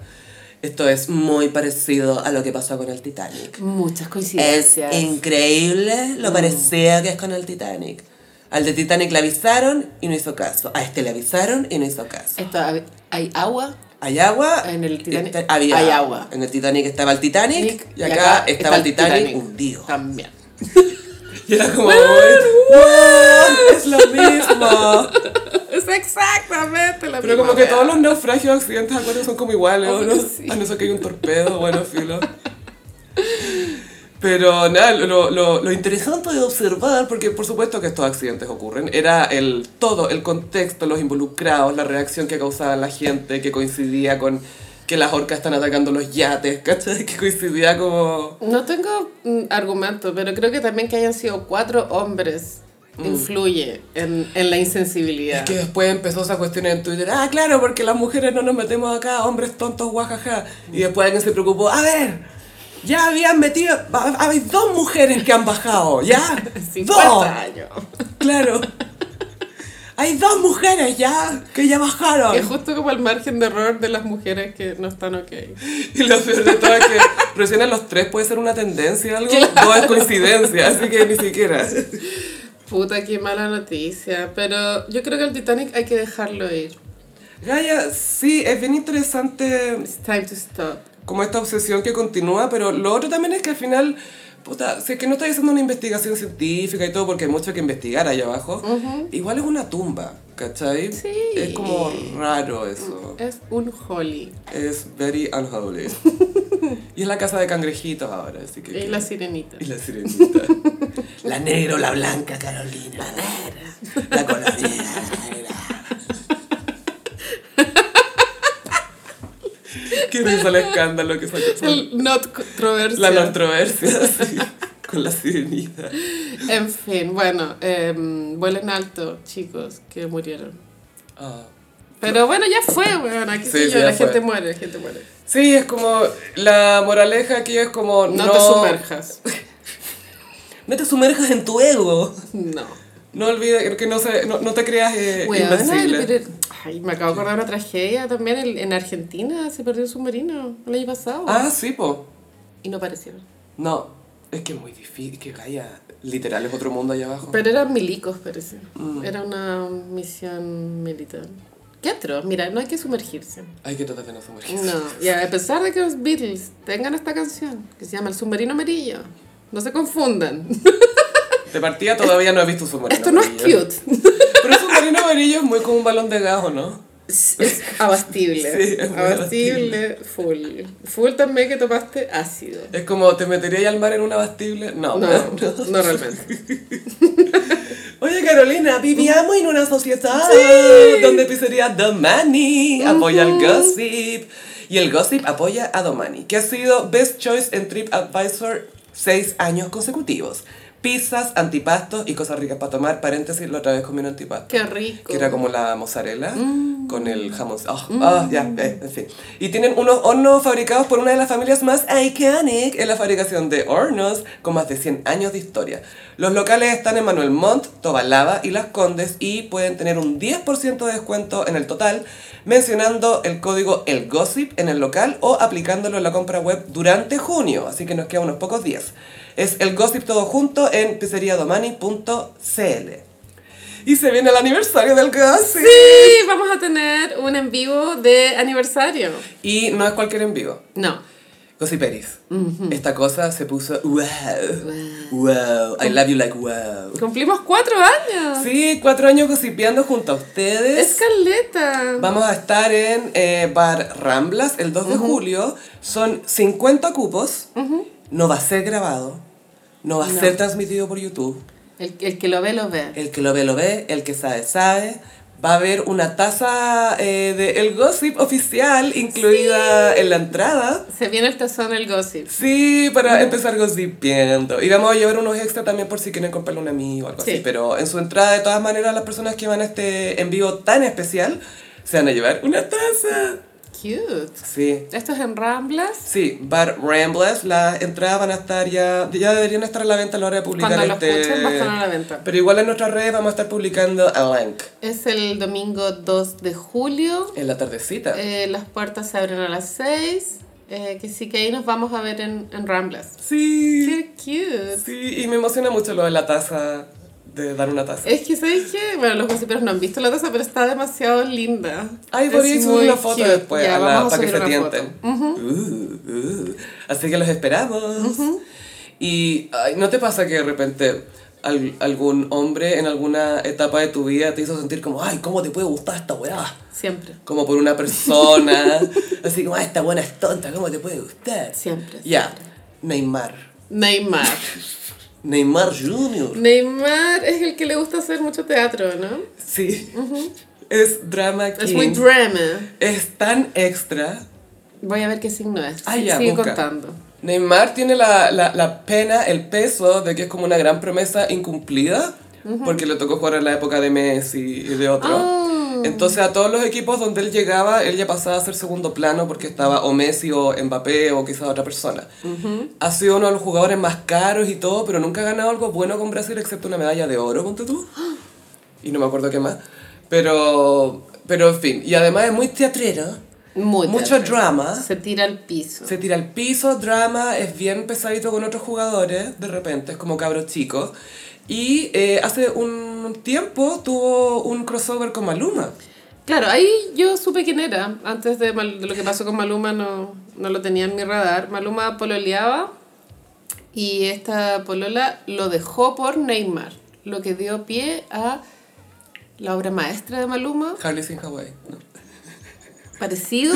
Esto es muy parecido a lo que pasó con el Titanic. Muchas Es coincidencias. increíble lo parecido que es con el Titanic. Al de Titanic le avisaron y no hizo caso. A este le avisaron y no hizo caso. Esto, hab- hay agua, Hay agua. En el Titanic está- había- hay agua. En el Titanic estaba el Titanic. y, acá, estaba el Titanic, hundido. También. Y era como. "Weón, Es lo mismo. Es exactamente la Pero misma como que wea. todos los naufragios, accidentes acuerdos son como iguales, ¿o Obvio ¿no? que sí. A no ser que hay un torpedo, bueno, filo. Pero nada, lo, lo- lo interesante de observar, porque por supuesto que estos accidentes ocurren, era el todo, el contexto, los involucrados, la reacción que causaba la gente, que coincidía con que las orcas están atacando los yates, ¿cachai? Que coincidía como... No tengo mm, argumento, pero creo que también que hayan sido cuatro hombres influye en, en la insensibilidad. Mm. Es que después empezó esa cuestión en Twitter, ah, claro, porque las mujeres no nos metemos acá, hombres tontos, guajaja. Y después alguien se preocupó, a ver, ya habían metido, va- hay dos mujeres que han bajado, ¿ya? 50 dos, años. claro. Hay dos mujeres ya que ya bajaron. Es justo como el margen de error de las mujeres que no están ok. Y lo peor de todo es que recién a los tres puede ser una tendencia, algo, no es coincidencia, así que ni siquiera. Puta, qué mala noticia. Pero yo creo que el Titanic hay que dejarlo ir. Gaia, sí, es bien interesante It's time to stop. como esta obsesión que continúa, pero lo otro también es que al final, puta, si es que no estás haciendo una investigación científica y todo, porque hay mucho que investigar ahí abajo, igual es una tumba, ¿cachai? Sí. Es como raro eso. Es un holly. Es very unholy. y es la casa de cangrejitos ahora, así que... Y Eh, la sirenita. Y la sirenita. la negra o la blanca, Carolina. La negra. La colorida, la negra. Qué risa el escándalo que sacó. El not La controversial. controversia, sí, con la sirenita. En fin, bueno, eh, vuelen alto, chicos, que murieron. Ah. Pero bueno, ya fue, weón. Aquí Sí, sí, sí, ya la fue. gente muere, la gente muere. Sí, es como la moraleja aquí es como No, te sumerjas. no te sumerjas en tu ego. No. No olvides que no, se, no, no te creas eh, Weón, invencible. ay, me acabo de acordar de una tragedia también. En, en Argentina se perdió un submarino el año pasado. Ah, sí, po. Y no aparecieron. No, es que es muy difícil, que vaya, literal es otro mundo allá abajo. Pero eran milicos, parece. Mm. Era una misión militar. Qué atroz, mira, no hay que sumergirse. Hay que tratar de no sumergirse. No, y a pesar de que los Beatles tengan esta canción que se llama El submarino amarillo, no se confundan. De partida todavía no he visto un submarino Esto no es amarillo. cute. Pero un submarino amarillo es muy como un balón de gajo, ¿no? Es abastible. Sí, es muy abastible, full. Full también que topaste ácido. Es como, ¿te meterías al mar en un abastible? No. No, no realmente. Oye Carolina, vivíamos en una sociedad donde pizzería Domani apoya al gossip y el gossip apoya a Domani, que ha sido Best Choice en TripAdvisor seis años consecutivos. Pizzas, antipastos y cosas ricas para tomar. Paréntesis, la otra vez comí un antipasto. Qué rico. Que era como la mozzarella con el jamón. Oh, oh, ya, eh, en fin. Y tienen unos hornos fabricados por una de las familias más iconic en la fabricación de hornos, con más de 100 años de historia. Los locales están en Manuel Montt, Tobalaba y Las Condes y pueden tener un 10% de descuento en el total mencionando el código El Gossip en el local o aplicándolo en la compra web durante junio, así que nos quedan unos pocos días. Es El Gossip todo junto en pizzeriadomani.cl. Y se viene el aniversario del Gossip. Sí, vamos a tener un en vivo de aniversario. Y no es cualquier en vivo. No. Gossip Peris. Esta cosa se puso wow. Wow. I love you like wow. Cumplimos cuatro años. Sí, cuatro años gossipeando junto a ustedes. Ah. Es caleta. Vamos a estar en eh, Bar Ramblas el 2 de julio. Son 50 cupos. No va a ser grabado. No va a No. ser transmitido por YouTube. El, el que lo ve, lo ve. El que lo ve, lo ve. El que sabe, sabe. Va a haber una taza eh, de El Gossip oficial incluida en la entrada. Se viene el tazón el gossip. Sí, para empezar gossipiendo. Y vamos a llevar unos extra también por si quieren comprarle un amigo o algo Sí. así. Pero en su entrada, de todas maneras, las personas que van a este en vivo tan especial se van a llevar una taza. Cute. Sí. Esto es en Ramblas. Sí, Bar Ramblers, las entradas van a estar ya, ya deberían estar a la venta a la hora de publicar Cuando lo este... escuchen, va a estar a la venta. Pero igual en nuestras redes vamos a estar publicando el link Es el domingo 2 de julio. en la tardecita. Eh, las puertas se abren a las 6. Eh, que sí que ahí nos vamos a ver en, en Ramblas. Sí, Qué cute. sí, y me emociona mucho lo de la taza, de dar una taza. Es que, ¿sabes qué? Bueno, los gossiperos no han visto la taza, pero está demasiado linda. Ay, Es voy a subir muy una foto cute. después Ya, a la- vamos a para que subir se una foto. tienten. Uh, uh. Así que los esperamos. Y ay, ¿no te pasa que de repente al- algún hombre en alguna etapa de tu vida te hizo sentir como, ay, ¿cómo te puede gustar esta weá? Siempre, Como por una persona. Así como, ay, esta buena es tonta, ¿cómo te puede gustar? siempre. Ya, Neymar. Neymar. Neymar Jr. Neymar es el que le gusta hacer mucho teatro, ¿no? Sí. Es drama king. Es muy drama. es tan extra. Voy a ver qué signo es. Ah, ya, Sigue busca. contando. Neymar tiene la, la- la pena, el peso de que es como una gran promesa incumplida, porque le tocó jugar en la época de Messi y de otros. Ah. Entonces a todos los equipos donde él llegaba, él ya pasaba a ser segundo plano porque estaba o Messi o Mbappé o quizás otra persona. Ha sido uno de los jugadores más caros y todo, pero nunca ha ganado algo bueno con Brasil excepto una medalla de oro, ponte tú. Y no me acuerdo qué más. Pero, pero en fin, y además es muy teatrero. Muy Mucho teatro. drama. Se tira al piso. Se tira al piso, drama, es bien pesadito con otros jugadores, de repente, es como cabros chicos. Y eh, hace un tiempo tuvo un crossover con Maluma. Claro, ahí yo supe quién era. Antes de, Mal- de lo que pasó con Maluma no, no lo tenía en mi radar. Maluma pololeaba y esta polola lo dejó por Neymar, lo que dio pie a la obra maestra de Maluma, Harley's in Hawaii. ¿no? parecido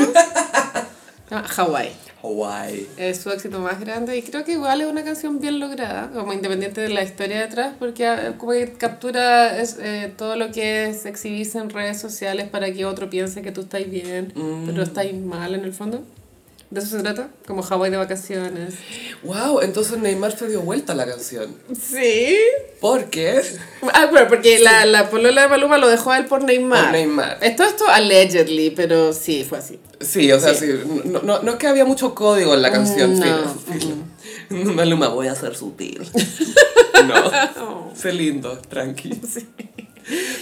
a Hawaii. Hawaii. Es su éxito más grande y creo que igual es una canción bien lograda, como independiente de la historia detrás, porque ah, como que captura es, eh, todo lo que es exhibirse en redes sociales para que otro piense que tú estás bien, Mm. pero estás mal en el fondo. De eso se trata, como Hawái de vacaciones. Wow, entonces Neymar se dio vuelta a la canción. Sí. Porque Ah, bueno, porque la, la polola de Maluma lo dejó a él por Neymar. Por Neymar. Esto, esto allegedly, pero sí, fue así. Sí, o sea, sí. No, no, no es que había mucho código en la canción. no. sí. Maluma, voy a ser sutil. no. Sé lindo, tranqui.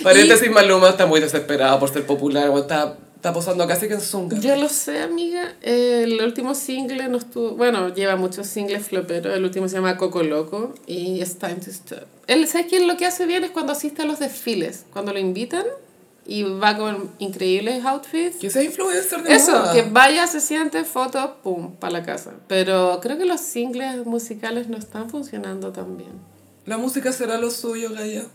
Paréntesis, Maluma está muy desesperada por ser popular. o Está, está posando casi que en zunga. Yo lo sé, amiga. Eh, el último single no estuvo. Bueno, lleva muchos singles floperos. El último se llama Coco Loco y It's Time to Stop. Él, ¿Sabes quién lo que hace bien? Es cuando asiste a los desfiles. Cuando lo invitan y va con increíbles outfits. Que sea influencer de Eso, moda. que vaya, se siente, fotos, pum, para la casa. Pero creo que los singles musicales no están funcionando tan bien. La música será lo suyo, Gaya.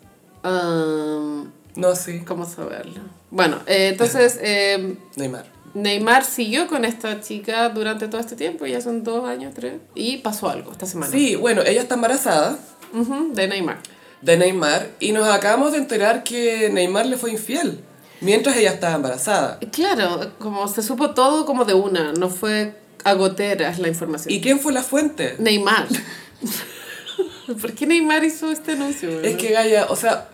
Ah, No así. ¿Cómo saberlo? Bueno, eh, entonces. eh, Neymar. Neymar siguió con esta chica durante todo este tiempo, ya son dos años, tres, y pasó algo esta semana Sí, bueno, ella está embarazada. Ujú, de Neymar. de Neymar y nos acabamos de enterar que Neymar le fue infiel mientras ella estaba embarazada. Claro, como se supo todo como de una, no fue a goteras la información. ¿Y quién fue la fuente? Neymar. ¿Por qué Neymar hizo este anuncio? weón? Es que Gaya, o sea,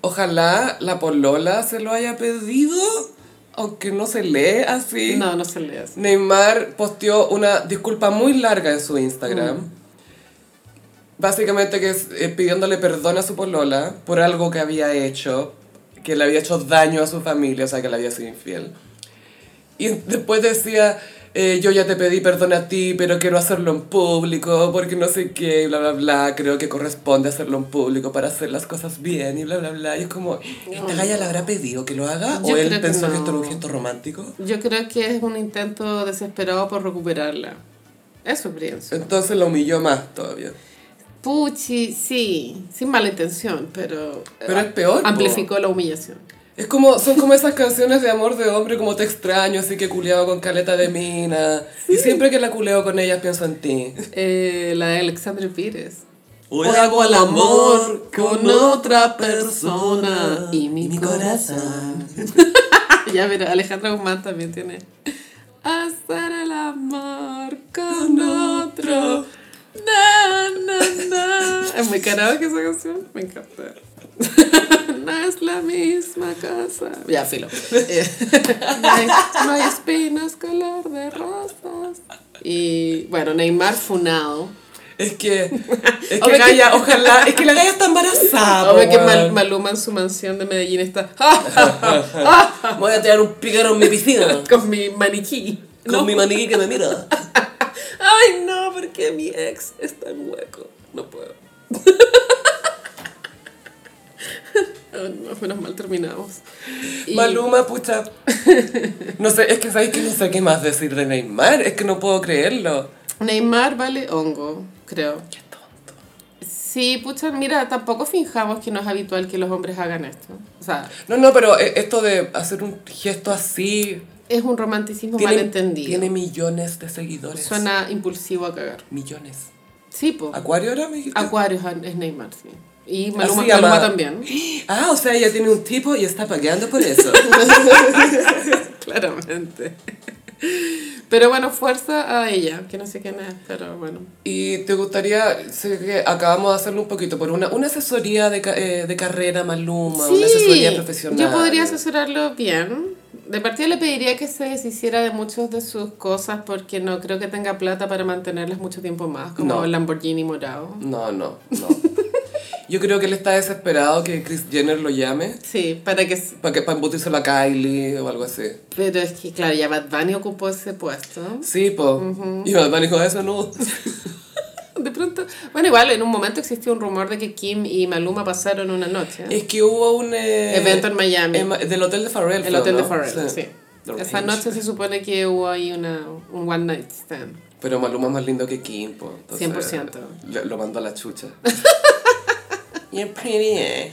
ojalá la polola se lo haya pedido, aunque no se lee así. No, no se lee así. Neymar posteó una disculpa muy larga en su Instagram. Mm. Básicamente que es eh, pidiéndole perdón a su polola por algo que había hecho, que le había hecho daño a su familia, o sea, que le había sido infiel. Y después decía, eh, yo ya te pedí perdón a ti, pero quiero hacerlo en público, porque no sé qué, y bla, bla, bla, creo que corresponde hacerlo en público para hacer las cosas bien, y bla, bla, bla. Y es como, ¿esta galla le habrá pedido que lo haga? Yo ¿O él creo que pensó que, no. esto era un gesto romántico? Yo creo que es un intento desesperado por recuperarla. Eso es Brienzo. Entonces lo humilló más todavía. Puchi, sí, sin mala intención, pero... eh, Pero es peor, po. Amplificó la humillación. Es como, son como esas canciones de amor de hombre, como te extraño, así que culeado con caleta de mina. Y siempre que la culeo con ellas pienso en ti. Eh, la de Alexandre Pires. Hoy hago el amor con otra persona y mi corazón. ya, pero Alejandra Guzmán también tiene... Hacer el amor con otro. Na, na, na. Es muy karaoke esa canción. Me encanta. No es la misma casa. Ya, filo. Eh, No hay, no hay espinas color de rosas. Y bueno, Neymar funado. Es que, es Hombre, que que- Gaya, ojalá, es que la Gaya está embarazada. Ahora que po, Mal- weón. Maluma en su mansión de Medellín está ah, Voy a tirar un pícaro en mi piscina. con mi maniquí. Con mi maniquí que me mira. Ay, no, porque mi ex está en hueco. No puedo. Oh, no, menos mal terminamos. Y- Maluma, pucha. No sé, es que sabéis que no sé qué más decir de Neymar. Es que no puedo creerlo. Neymar vale hongo, creo. Qué tonto. Sí, pucha, mira, tampoco finjamos que no es habitual que los hombres hagan esto. O sea, No, no, pero eh, esto de hacer un gesto así. es un romanticismo Tiene, malentendido. tiene millones de seguidores. Suena impulsivo a cagar. Millones. Sí, po. ¿Acuario ahora me dijiste? Acuarios es Neymar, sí. Y Así Maluma, llama- Maluma también. Ah, o sea, ella tiene un tipo y está pagando por eso. Claramente. Pero bueno, fuerza a ella, que no sé quién es, pero bueno. ¿Y te gustaría, sé que acabamos de hacerlo un poquito, por una, una asesoría de, ca- eh, de carrera Maluma, una asesoría profesional? yo podría asesorarlo bien. De partida le pediría que se deshiciera de muchas de sus cosas porque no creo que tenga plata para mantenerlas mucho tiempo más, como No. el Lamborghini morado. No, no, no. Yo creo que él está desesperado que Chris Jenner lo llame Sí, para que... s- para que para embutírselo a Kylie o algo así. Pero es que, claro, ya Bad Bunny ocupó ese puesto. Sí, po. Y Bad Bunny dijo, eso no. De pronto... Bueno, igual, en un momento existió un rumor de que Kim y Maluma pasaron una noche. Es que hubo un... eh, Evento en Miami. en Ma- del hotel de Farrell. El fue, hotel de ¿no? Farrell, sí. The Esa Range. noche se supone que hubo ahí una, un one night stand. Pero Maluma es más lindo que Kim, po. Entonces, 100%. Lo, lo mando a la chucha. You're pretty, eh.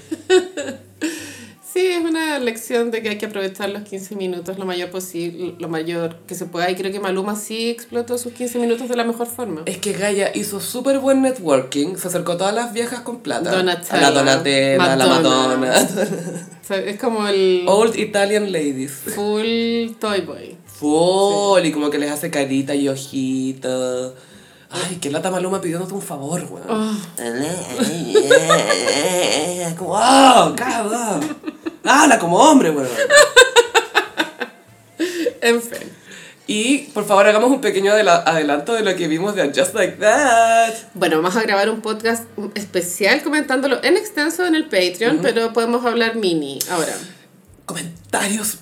Sí, es una lección de que hay que aprovechar los 15 minutos lo mayor posible, lo mayor que se pueda. Y creo que Maluma sí explotó sus 15 minutos de la mejor forma. Es que Gaia hizo súper buen networking, se acercó a todas las viejas con plata. Donatella, a la Donatella, a la Madonna. Madonna. O sea, es como el Old Italian ladies. full toy boy. Full, y como que les hace carita y ojito. Ay, qué lata Maluma pidiéndote un favor, weón. Ah. Como, ¡Oh, cabrón! ¡Habla como hombre, weón! En fin. Y, por favor, hagamos un pequeño adela- adelanto de lo que vimos de Just Like That. Bueno, vamos a grabar un podcast especial comentándolo en extenso en el Patreon, pero podemos hablar mini ahora. Comentarios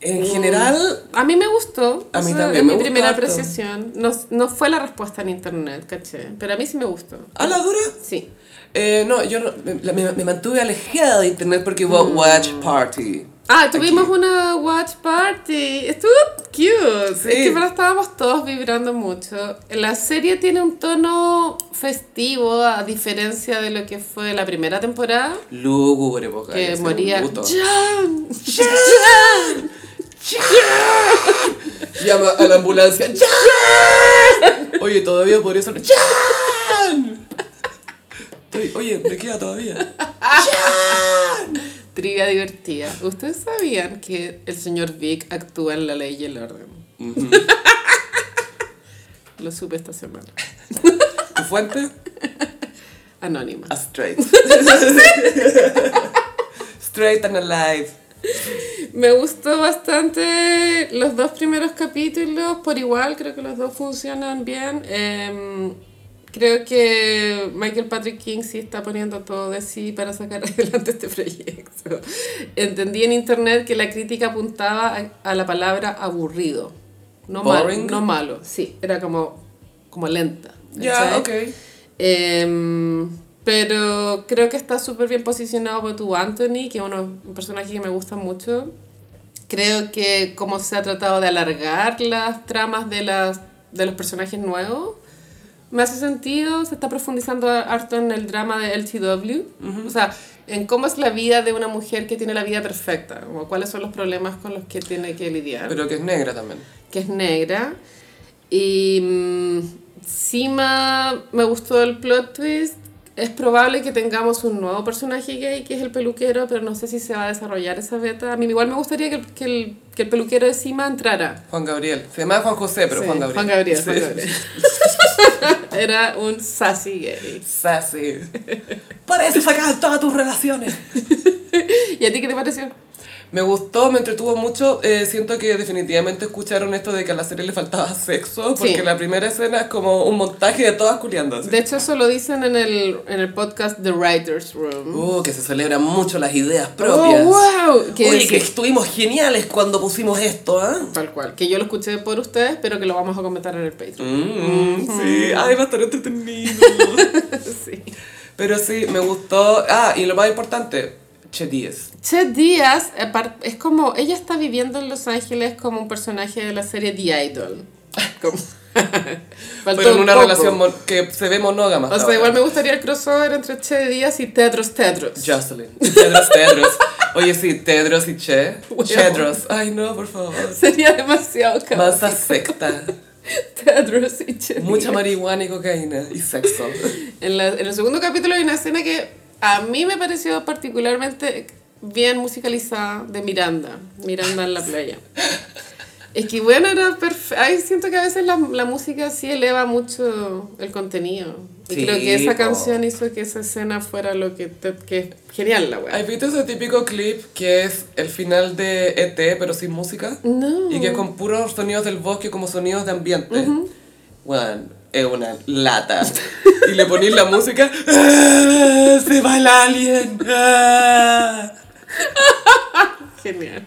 en general A mí me gustó. A mí Esa también es me mi gustó primera harto. apreciación. No, no fue la respuesta en internet, caché. Pero a mí sí me gustó. a la dura. Sí. Eh, no, yo no- me, la- me- me mantuve alejada de internet porque hubo Mm. Watch Party. Ah, tuvimos una watch party. Estuvo cute. Sí. Es que pero estábamos todos vibrando mucho. La serie tiene un tono festivo, a diferencia de lo que fue la primera temporada. Lúgubre, po, Que Gaia, sí, moría. un gusto. ¡Jan! Llama a la ambulancia. ¡Jan! Oye, todavía podría ser. ¡Jan! Estoy, oye, me queda todavía. Trivia divertida. ¿Ustedes sabían que el señor Vic actúa en la ley y el orden? Lo supe esta semana. ¿Tu fuente? Anónima. A straight. straight and alive. Me gustó bastante los dos primeros capítulos por igual, creo que los dos funcionan bien. Em, creo que Michael Patrick King sí está poniendo todo de sí para sacar adelante este proyecto. Entendí en internet que la crítica apuntaba a, a la palabra aburrido. No malo, Boring. no malo, sí, era como, como lenta. Ya, ¿cachai? ok. Em, pero creo que está súper bien posicionado por tu Anthony, que es uno- un personaje que me gusta mucho. Creo que como se ha tratado de alargar las tramas de, las, de los personajes nuevos, me hace sentido, se está profundizando harto en el drama de LTW, o sea, en cómo es la vida de una mujer que tiene la vida perfecta, como cuáles son los problemas con los que tiene que lidiar Pero que es negra también. que es negra. Y mm, encima me gustó el plot twist. Es probable que tengamos un nuevo personaje gay, que es el peluquero, pero no sé si se va a desarrollar esa beta. A mí igual me gustaría que el, que el, que el peluquero de Sima entrara. Juan Gabriel. Se llama Juan José, pero Sí, Juan Gabriel. Juan Gabriel, Sí. Juan Gabriel. Era un sassy gay. Sassy. Por eso sacas todas tus relaciones. ¿Y a ti qué te pareció? Me gustó, me entretuvo mucho. Eh, siento que definitivamente escucharon esto de que a la serie le faltaba sexo, porque Sí. la primera escena es como un montaje de todas culiándose. De hecho, eso lo dicen en el, en el podcast The Writer's Room. Uh, que se celebran mucho las ideas ¡Oh, wow! Que Oye, es- que estuvimos geniales cuando pusimos esto, ¿ah? Tal cual. Que yo lo escuché por ustedes, pero que lo vamos a comentar en el Patreon. Mm, sí, ay, va a estar entretenido. Sí. Pero sí, me gustó. Ah, y lo más importante, Che Díez. Che Díaz apar- es como, ella está viviendo en Los Ángeles como un personaje de la serie The Idol. Como- Faltó Pero en un una poco. relación mon- que se ve monógama. O hasta sea, igual ahora. me gustaría el crossover entre Che Díaz y Tedros Tedros. Jocelyn. Tedros, Tedros. Oye, sí, Tedros y Che. Bueno. Tedros. Ay, no, por favor. Sería demasiado caos. Masa secta. Tedros y Che Díaz. Mucha marihuana y cocaína. Y sexo. En, la- en el segundo capítulo hay una escena que a mí me pareció particularmente bien musicalizada de Miranda, Miranda en la playa. Es que bueno, era perfe- Ay, siento que a veces la, la música sí eleva mucho el contenido. Y Sí, creo que esa po. canción hizo que esa escena fuera lo que... te- que es genial la wea. ¿Has visto ese típico clip que es el final de ET, pero sin música? No. Y que es con puros sonidos del bosque como sonidos de ambiente. Bueno, es una lata. y le ponís la música. ¡Ah! ¡Se va el alien! ¡Ah! Genial.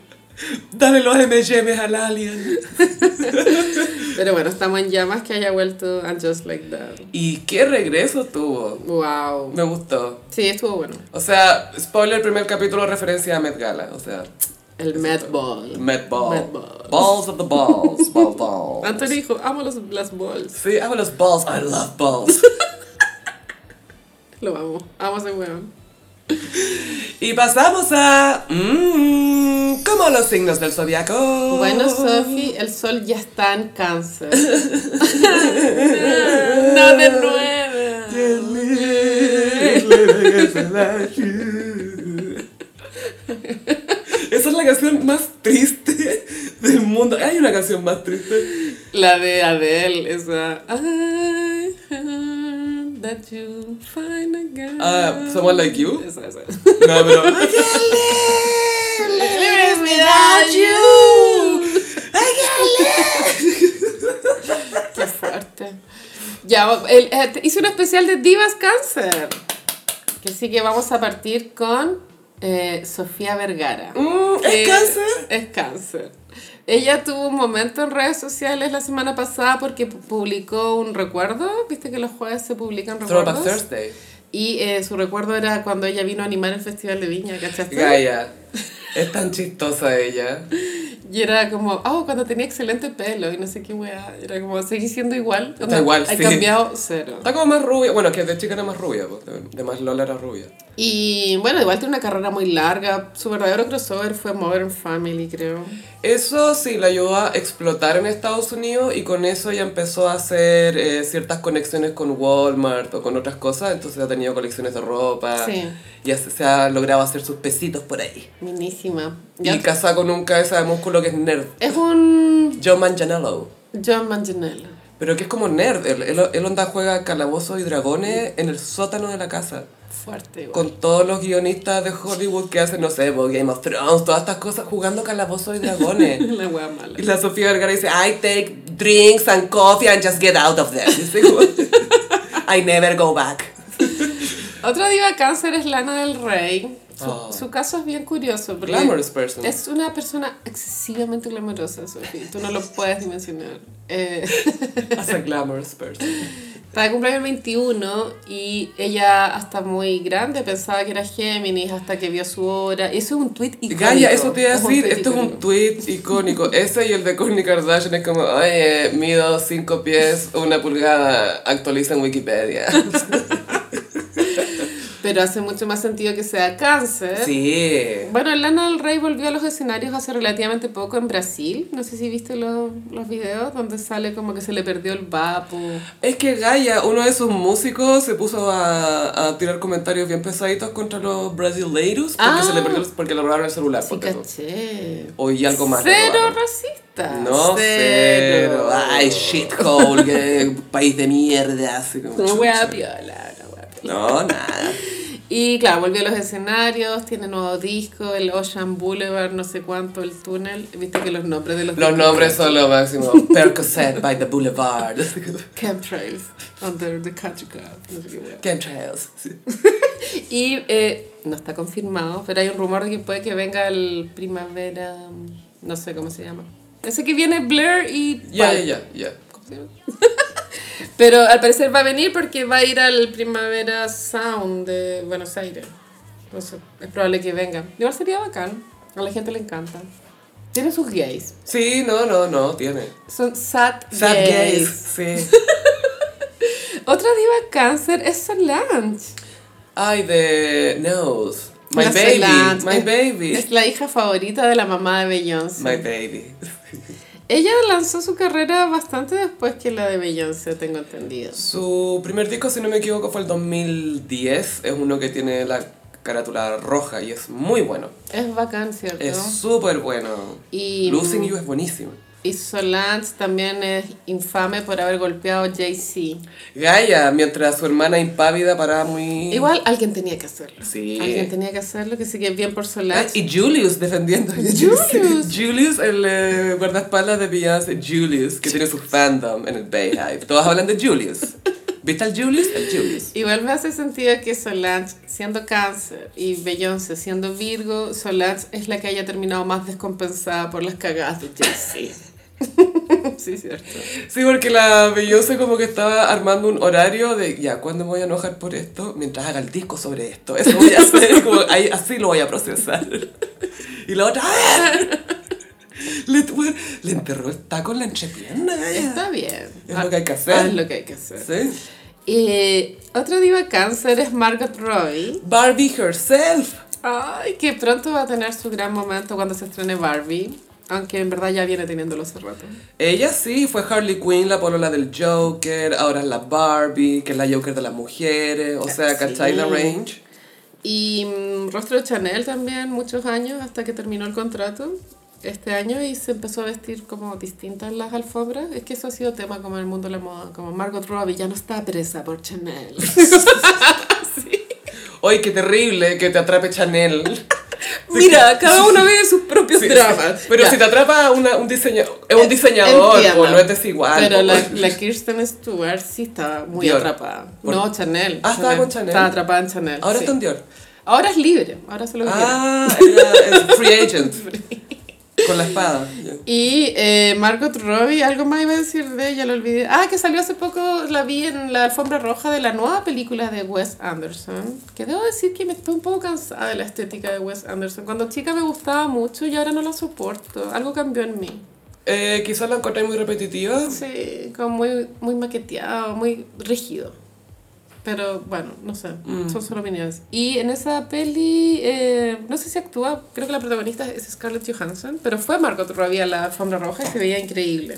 ¡Dame los MGMs al alien! Pero bueno, estamos en llamas que haya vuelto a Just Like That. Y qué regreso tuvo. Wow. Me gustó. Sí, estuvo bueno. O sea, spoiler, primer capítulo referencia a Met Gala. O sea, El Mad Ball. Met Ball. Met Ball. Balls of the balls. Ball balls. Anthony dijo, amo los, las balls. Sí, amo los balls. I love balls. Lo amo. Amo a ese weón. Y pasamos a. Mmm, ¿Cómo los signos del zodiaco? Bueno, Sofi, el sol ya está en cáncer. no de nuevo. Esa es la canción más triste del mundo. Hay una canción más triste. La de Adele, esa. I heard that you find a girl. Ah, Someone Like You. Esa, esa. No, pero. live without you. Qué fuerte. Ya, el- eh, te- hice un especial de Divas Cáncer. Que sí que vamos a partir con eh, Sofía Vergara. Mm, ¿es que cáncer? Es cáncer. Ella tuvo un momento en redes sociales la semana pasada porque pu- publicó un recuerdo. Viste que los jueves se publican Throwback recuerdos. Thursday. Y eh, su recuerdo era cuando ella vino a animar el Festival de Viña, ¿cachaste? Gaia. Es tan chistosa ella. Y era como, ah, cuando tenía excelente pelo y no sé qué weá. Era como, seguí siendo igual. Está igual, He sí. cambiado cero. Está como más rubia. Bueno, que de chica era más rubia, pues, de, de más Lola era rubia. Y bueno, igual tiene una carrera muy larga. Su verdadero crossover fue Modern Family, creo. Eso sí, la ayudó a explotar en Estados Unidos y con eso ella empezó a hacer eh, ciertas conexiones con Walmart o con otras cosas. Entonces ha tenido colecciones de ropa. Sí. Y hace- se ha logrado hacer sus pesitos por ahí. Minísima. Y casa con un cabeza de músculo que es nerd. Es un Joe Manganiello. John Manganiello. Pero que es como nerd. Él, él- él onda juega calabozos y dragones en el sótano de la casa. Fuerte, igual. Con todos los guionistas de Hollywood que hacen, no sé, pues, Game of Thrones, todas estas cosas, jugando calabozos y dragones. La wea mala. Y la Sofía Vergara dice, I take drinks and coffee and just get out of there. Dice, como, I never go back. Otra diva cáncer es Lana del Rey. Su, Oh. su caso es bien curioso. porque Glamorous person. Es una persona excesivamente glamorosa, Sofía. Tú no lo puedes dimensionar. Eh, As a glamorous person. Estaba de cumpleaños el 21 y ella hasta muy grande pensaba que era Géminis hasta que vio su obra. Eso es un tweet icónico. Gaia, eso te iba a Es un decir, tuit esto es un icónico. tweet icónico. Ese y el de Kourtney Kardashian es como, oye, mido cinco pies, una pulgada, actualiza en Wikipedia. Pero hace mucho más sentido que sea cáncer. Sí. Bueno, Lana del Rey volvió a los escenarios hace relativamente poco en Brasil. No sé si viste lo- los videos donde sale como que se le perdió el vapo. Es que Gaia, uno de sus músicos, se puso a, a tirar comentarios bien pesaditos contra los brasileiros porque, Ah. se le perdió, el- porque le robaron el celular. Sí, porque caché. Oí algo más. le Cero robaron. racista. No, cero. Ay, shithole, qué país de mierda. Así como, Una chucha. wea piola, una wea piola. No, nada. Y claro, volvió a los escenarios, tiene nuevo disco, el Ocean Boulevard, no sé cuánto, el túnel. Viste que los nombres de los Los discos- nombres son lo máximo. Percocet by the Boulevard. Chemtrails, Under the Catacomb, no sé qué wea. Chemtrails. Sí. Y eh, no está confirmado, pero hay un rumor de que puede que venga el primavera, no sé cómo se llama. Ese que viene Blur y... Ya, Pulp. ya, ya, ya. ¿Cómo se llama? pero al parecer va a venir porque va a ir al primavera Sound de Buenos Aires. Entonces, es probable que venga. Igual sería bacán, a la gente le encanta. Tiene sus gays. Sí, no, no, no, tiene. Son sad, Sad gays. gays. Sí. Otra diva cáncer es Solange. Ay, de Nose. My La baby. Solange. My Es- baby. Es la hija favorita de la mamá de Beyoncé. My baby. Ella lanzó su carrera bastante después que la de Beyoncé, tengo entendido. Su primer disco, si no me equivoco, fue el 2010. Es uno que tiene la carátula roja y es muy bueno. Es bacán, ¿cierto? Es súper bueno. Y, mm. Losing You es buenísimo. y Solange también es infame por haber golpeado a Jay-Z. Gaia, mientras su hermana impávida paraba muy... Igual alguien tenía que hacerlo. Sí. Alguien tenía que hacerlo, que sí que bien por Ah, Solange. Y Julius defendiendo. Julius. Julius, el eh, guardaespaldas de Beyoncé, Julius, que tiene su fandom en el Bayhive. Todos hablan de Julius. ¿Viste al Julius? El Julius. Igual me hace sentido que Solange, siendo cáncer, y Beyoncé siendo Virgo, Solange es la que haya terminado más descompensada por las cagadas de Jay-Z. sí, cierto. Sí, porque la Beyoncé como que estaba armando un horario de, ya, ¿cuándo me voy a enojar por esto? Mientras haga el disco sobre esto. Eso voy a hacer, como, ahí, así lo voy a procesar. Y la otra, ¡ah! le, le enterró el taco en la entrepierna. Gaia. Está bien. Es lo que hay que hacer. Es lo que hay que hacer. Sí. Eh, otra diva cáncer es Margot Robbie. Barbie herself. Ay, que pronto va a tener su gran momento cuando se estrene Barbie. Aunque en verdad ya viene teniéndolo hace rato. Ella sí, fue Harley Quinn, la polola del Joker, ahora es la Barbie, que es la Joker de las mujeres, o sea, Sí. ¿cachai la range? Y mm, Rostro de Chanel también, muchos años, hasta que terminó el contrato este año y se empezó a vestir como distintas las alfombras. Es que eso ha sido tema como en el mundo de la moda. Como Margot Robbie ya no está presa por Chanel. ¡Ay, qué terrible que te atrape Chanel! Mira, cada uno vive sus propios Sí, dramas. Pero Ya. Eh, si te atrapa una, un diseñador, es un diseñador, Entiendo. o no es desigual. pues. Pero po. la, la Kirsten Stewart sí estaba muy Dior. atrapada. Por- No, Chanel. Ah, estaba con Chanel. Estaba atrapada en Chanel. Ahora Ah, sí. está en Dior. Ahora es libre. Ahora se lo que quiera. Ah, era, es free agent. Con la espada. ya. Y eh, Margot Robbie, algo más iba a decir de ella, lo olvidé. Ah, que salió hace poco, la vi en la alfombra roja de la nueva película de Wes Anderson. Que debo decir que me estoy un poco cansada de la estética de Wes Anderson. Cuando chica me gustaba mucho y ahora no la soporto. Algo cambió en mí. Eh, quizás la encontré muy repetitiva. Sí, como muy, muy maqueteado, muy rígido. Pero bueno, no sé, Mm. son solo opiniones. Y en esa peli, eh, no sé si actúa, creo que la protagonista es Scarlett Johansson, pero fue Margot Robbie a la alfombra roja y se veía increíble.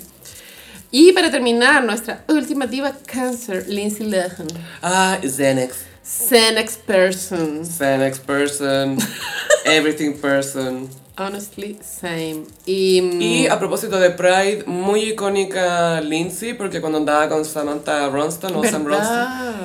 Y para terminar, nuestra última diva cancer, Lindsay Lohan. Ah, Xanax. Xanax person. Xanax person. everything person. Honestly, same. Y, mm, Y a propósito de Pride, muy icónica Lindsay, porque cuando andaba con Samantha Ronston o ah, Sam Ronston, ¿verdad?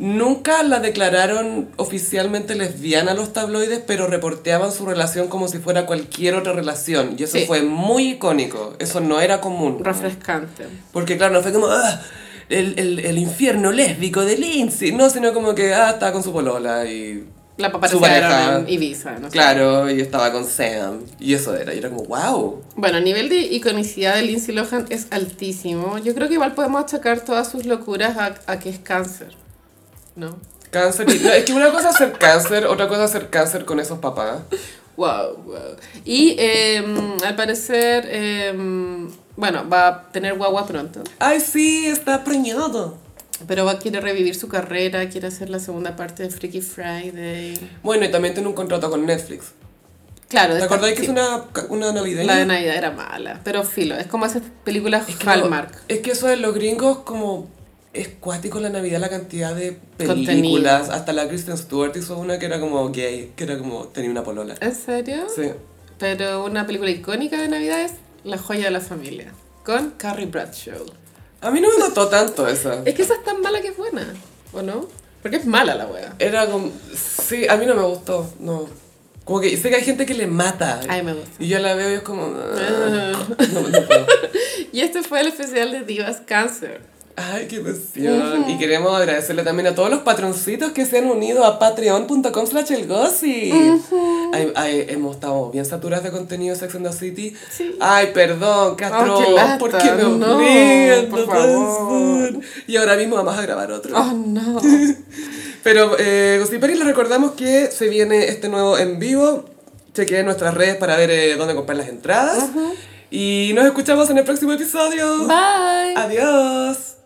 Nunca la declararon oficialmente lesbiana los tabloides, pero reporteaban su relación como si fuera cualquier otra relación. Y eso Sí. fue muy icónico. Eso no era común. Refrescante. Porque claro, no fue como... "Ah, el, el- el infierno lésbico de Lindsay. No, sino como que... Ah, estaba con su polola y... La Su pareja. paparazzi en Ibiza, no sé. Claro, y estaba con Sam. Y eso era. Y era como, wow. Bueno, el nivel de iconicidad de Lindsay Lohan es altísimo. Yo creo que igual podemos achacar todas sus locuras a, a que es cáncer. ¿No? Cáncer. y- no, es que una cosa es ser cáncer, otra cosa es ser cáncer con esos papás. Wow, wow. Y em, al parecer, em, bueno, va a tener guagua pronto. Ay, sí, está preñado. Pero va a quiere revivir su carrera, quiere hacer la segunda parte de Freaky Friday. Bueno, y también tiene un contrato con Netflix. Claro, ¿Te esta- acordáis que sí, es una, una navideña? la de Navidad era mala, pero filo, es como esas películas Es que no- Hallmark. es que eso de los gringos como... Es cuático la Navidad, la cantidad de Contenido. películas. Hasta la Kristen Stewart hizo una que era como gay, que era como tenía una polola. ¿En serio? Sí. Pero una película icónica de Navidad es La joya de la familia, con Carrie Bradshaw. A mí no me notó tanto esa. Es que esa es tan mala que es buena, ¿o no? Porque es mala la wea. Era como... Sí, a mí no me gustó, no. Como que sé que hay gente que le mata. Ay, me gusta. Y yo la veo y es como... "Ah, No, no puedo". Y este fue el especial de Divas Cancer. Ay, qué emoción. Y queremos agradecerle también a todos los patroncitos que se han unido a patreon.com slash el gossip. Ay, ay, hemos estado bien saturadas de contenido de Sex and the City. Sí. Ay, perdón, Castro, qué lata, ¿por qué me no, obligan? por No puede favor. ser. Y ahora mismo vamos a grabar otro. Oh no. Pero, eh, Gossiperis, les recordamos que se viene este nuevo en vivo. Chequen nuestras redes para ver eh, dónde comprar las entradas. Y nos escuchamos en el próximo episodio. Bye. Adiós.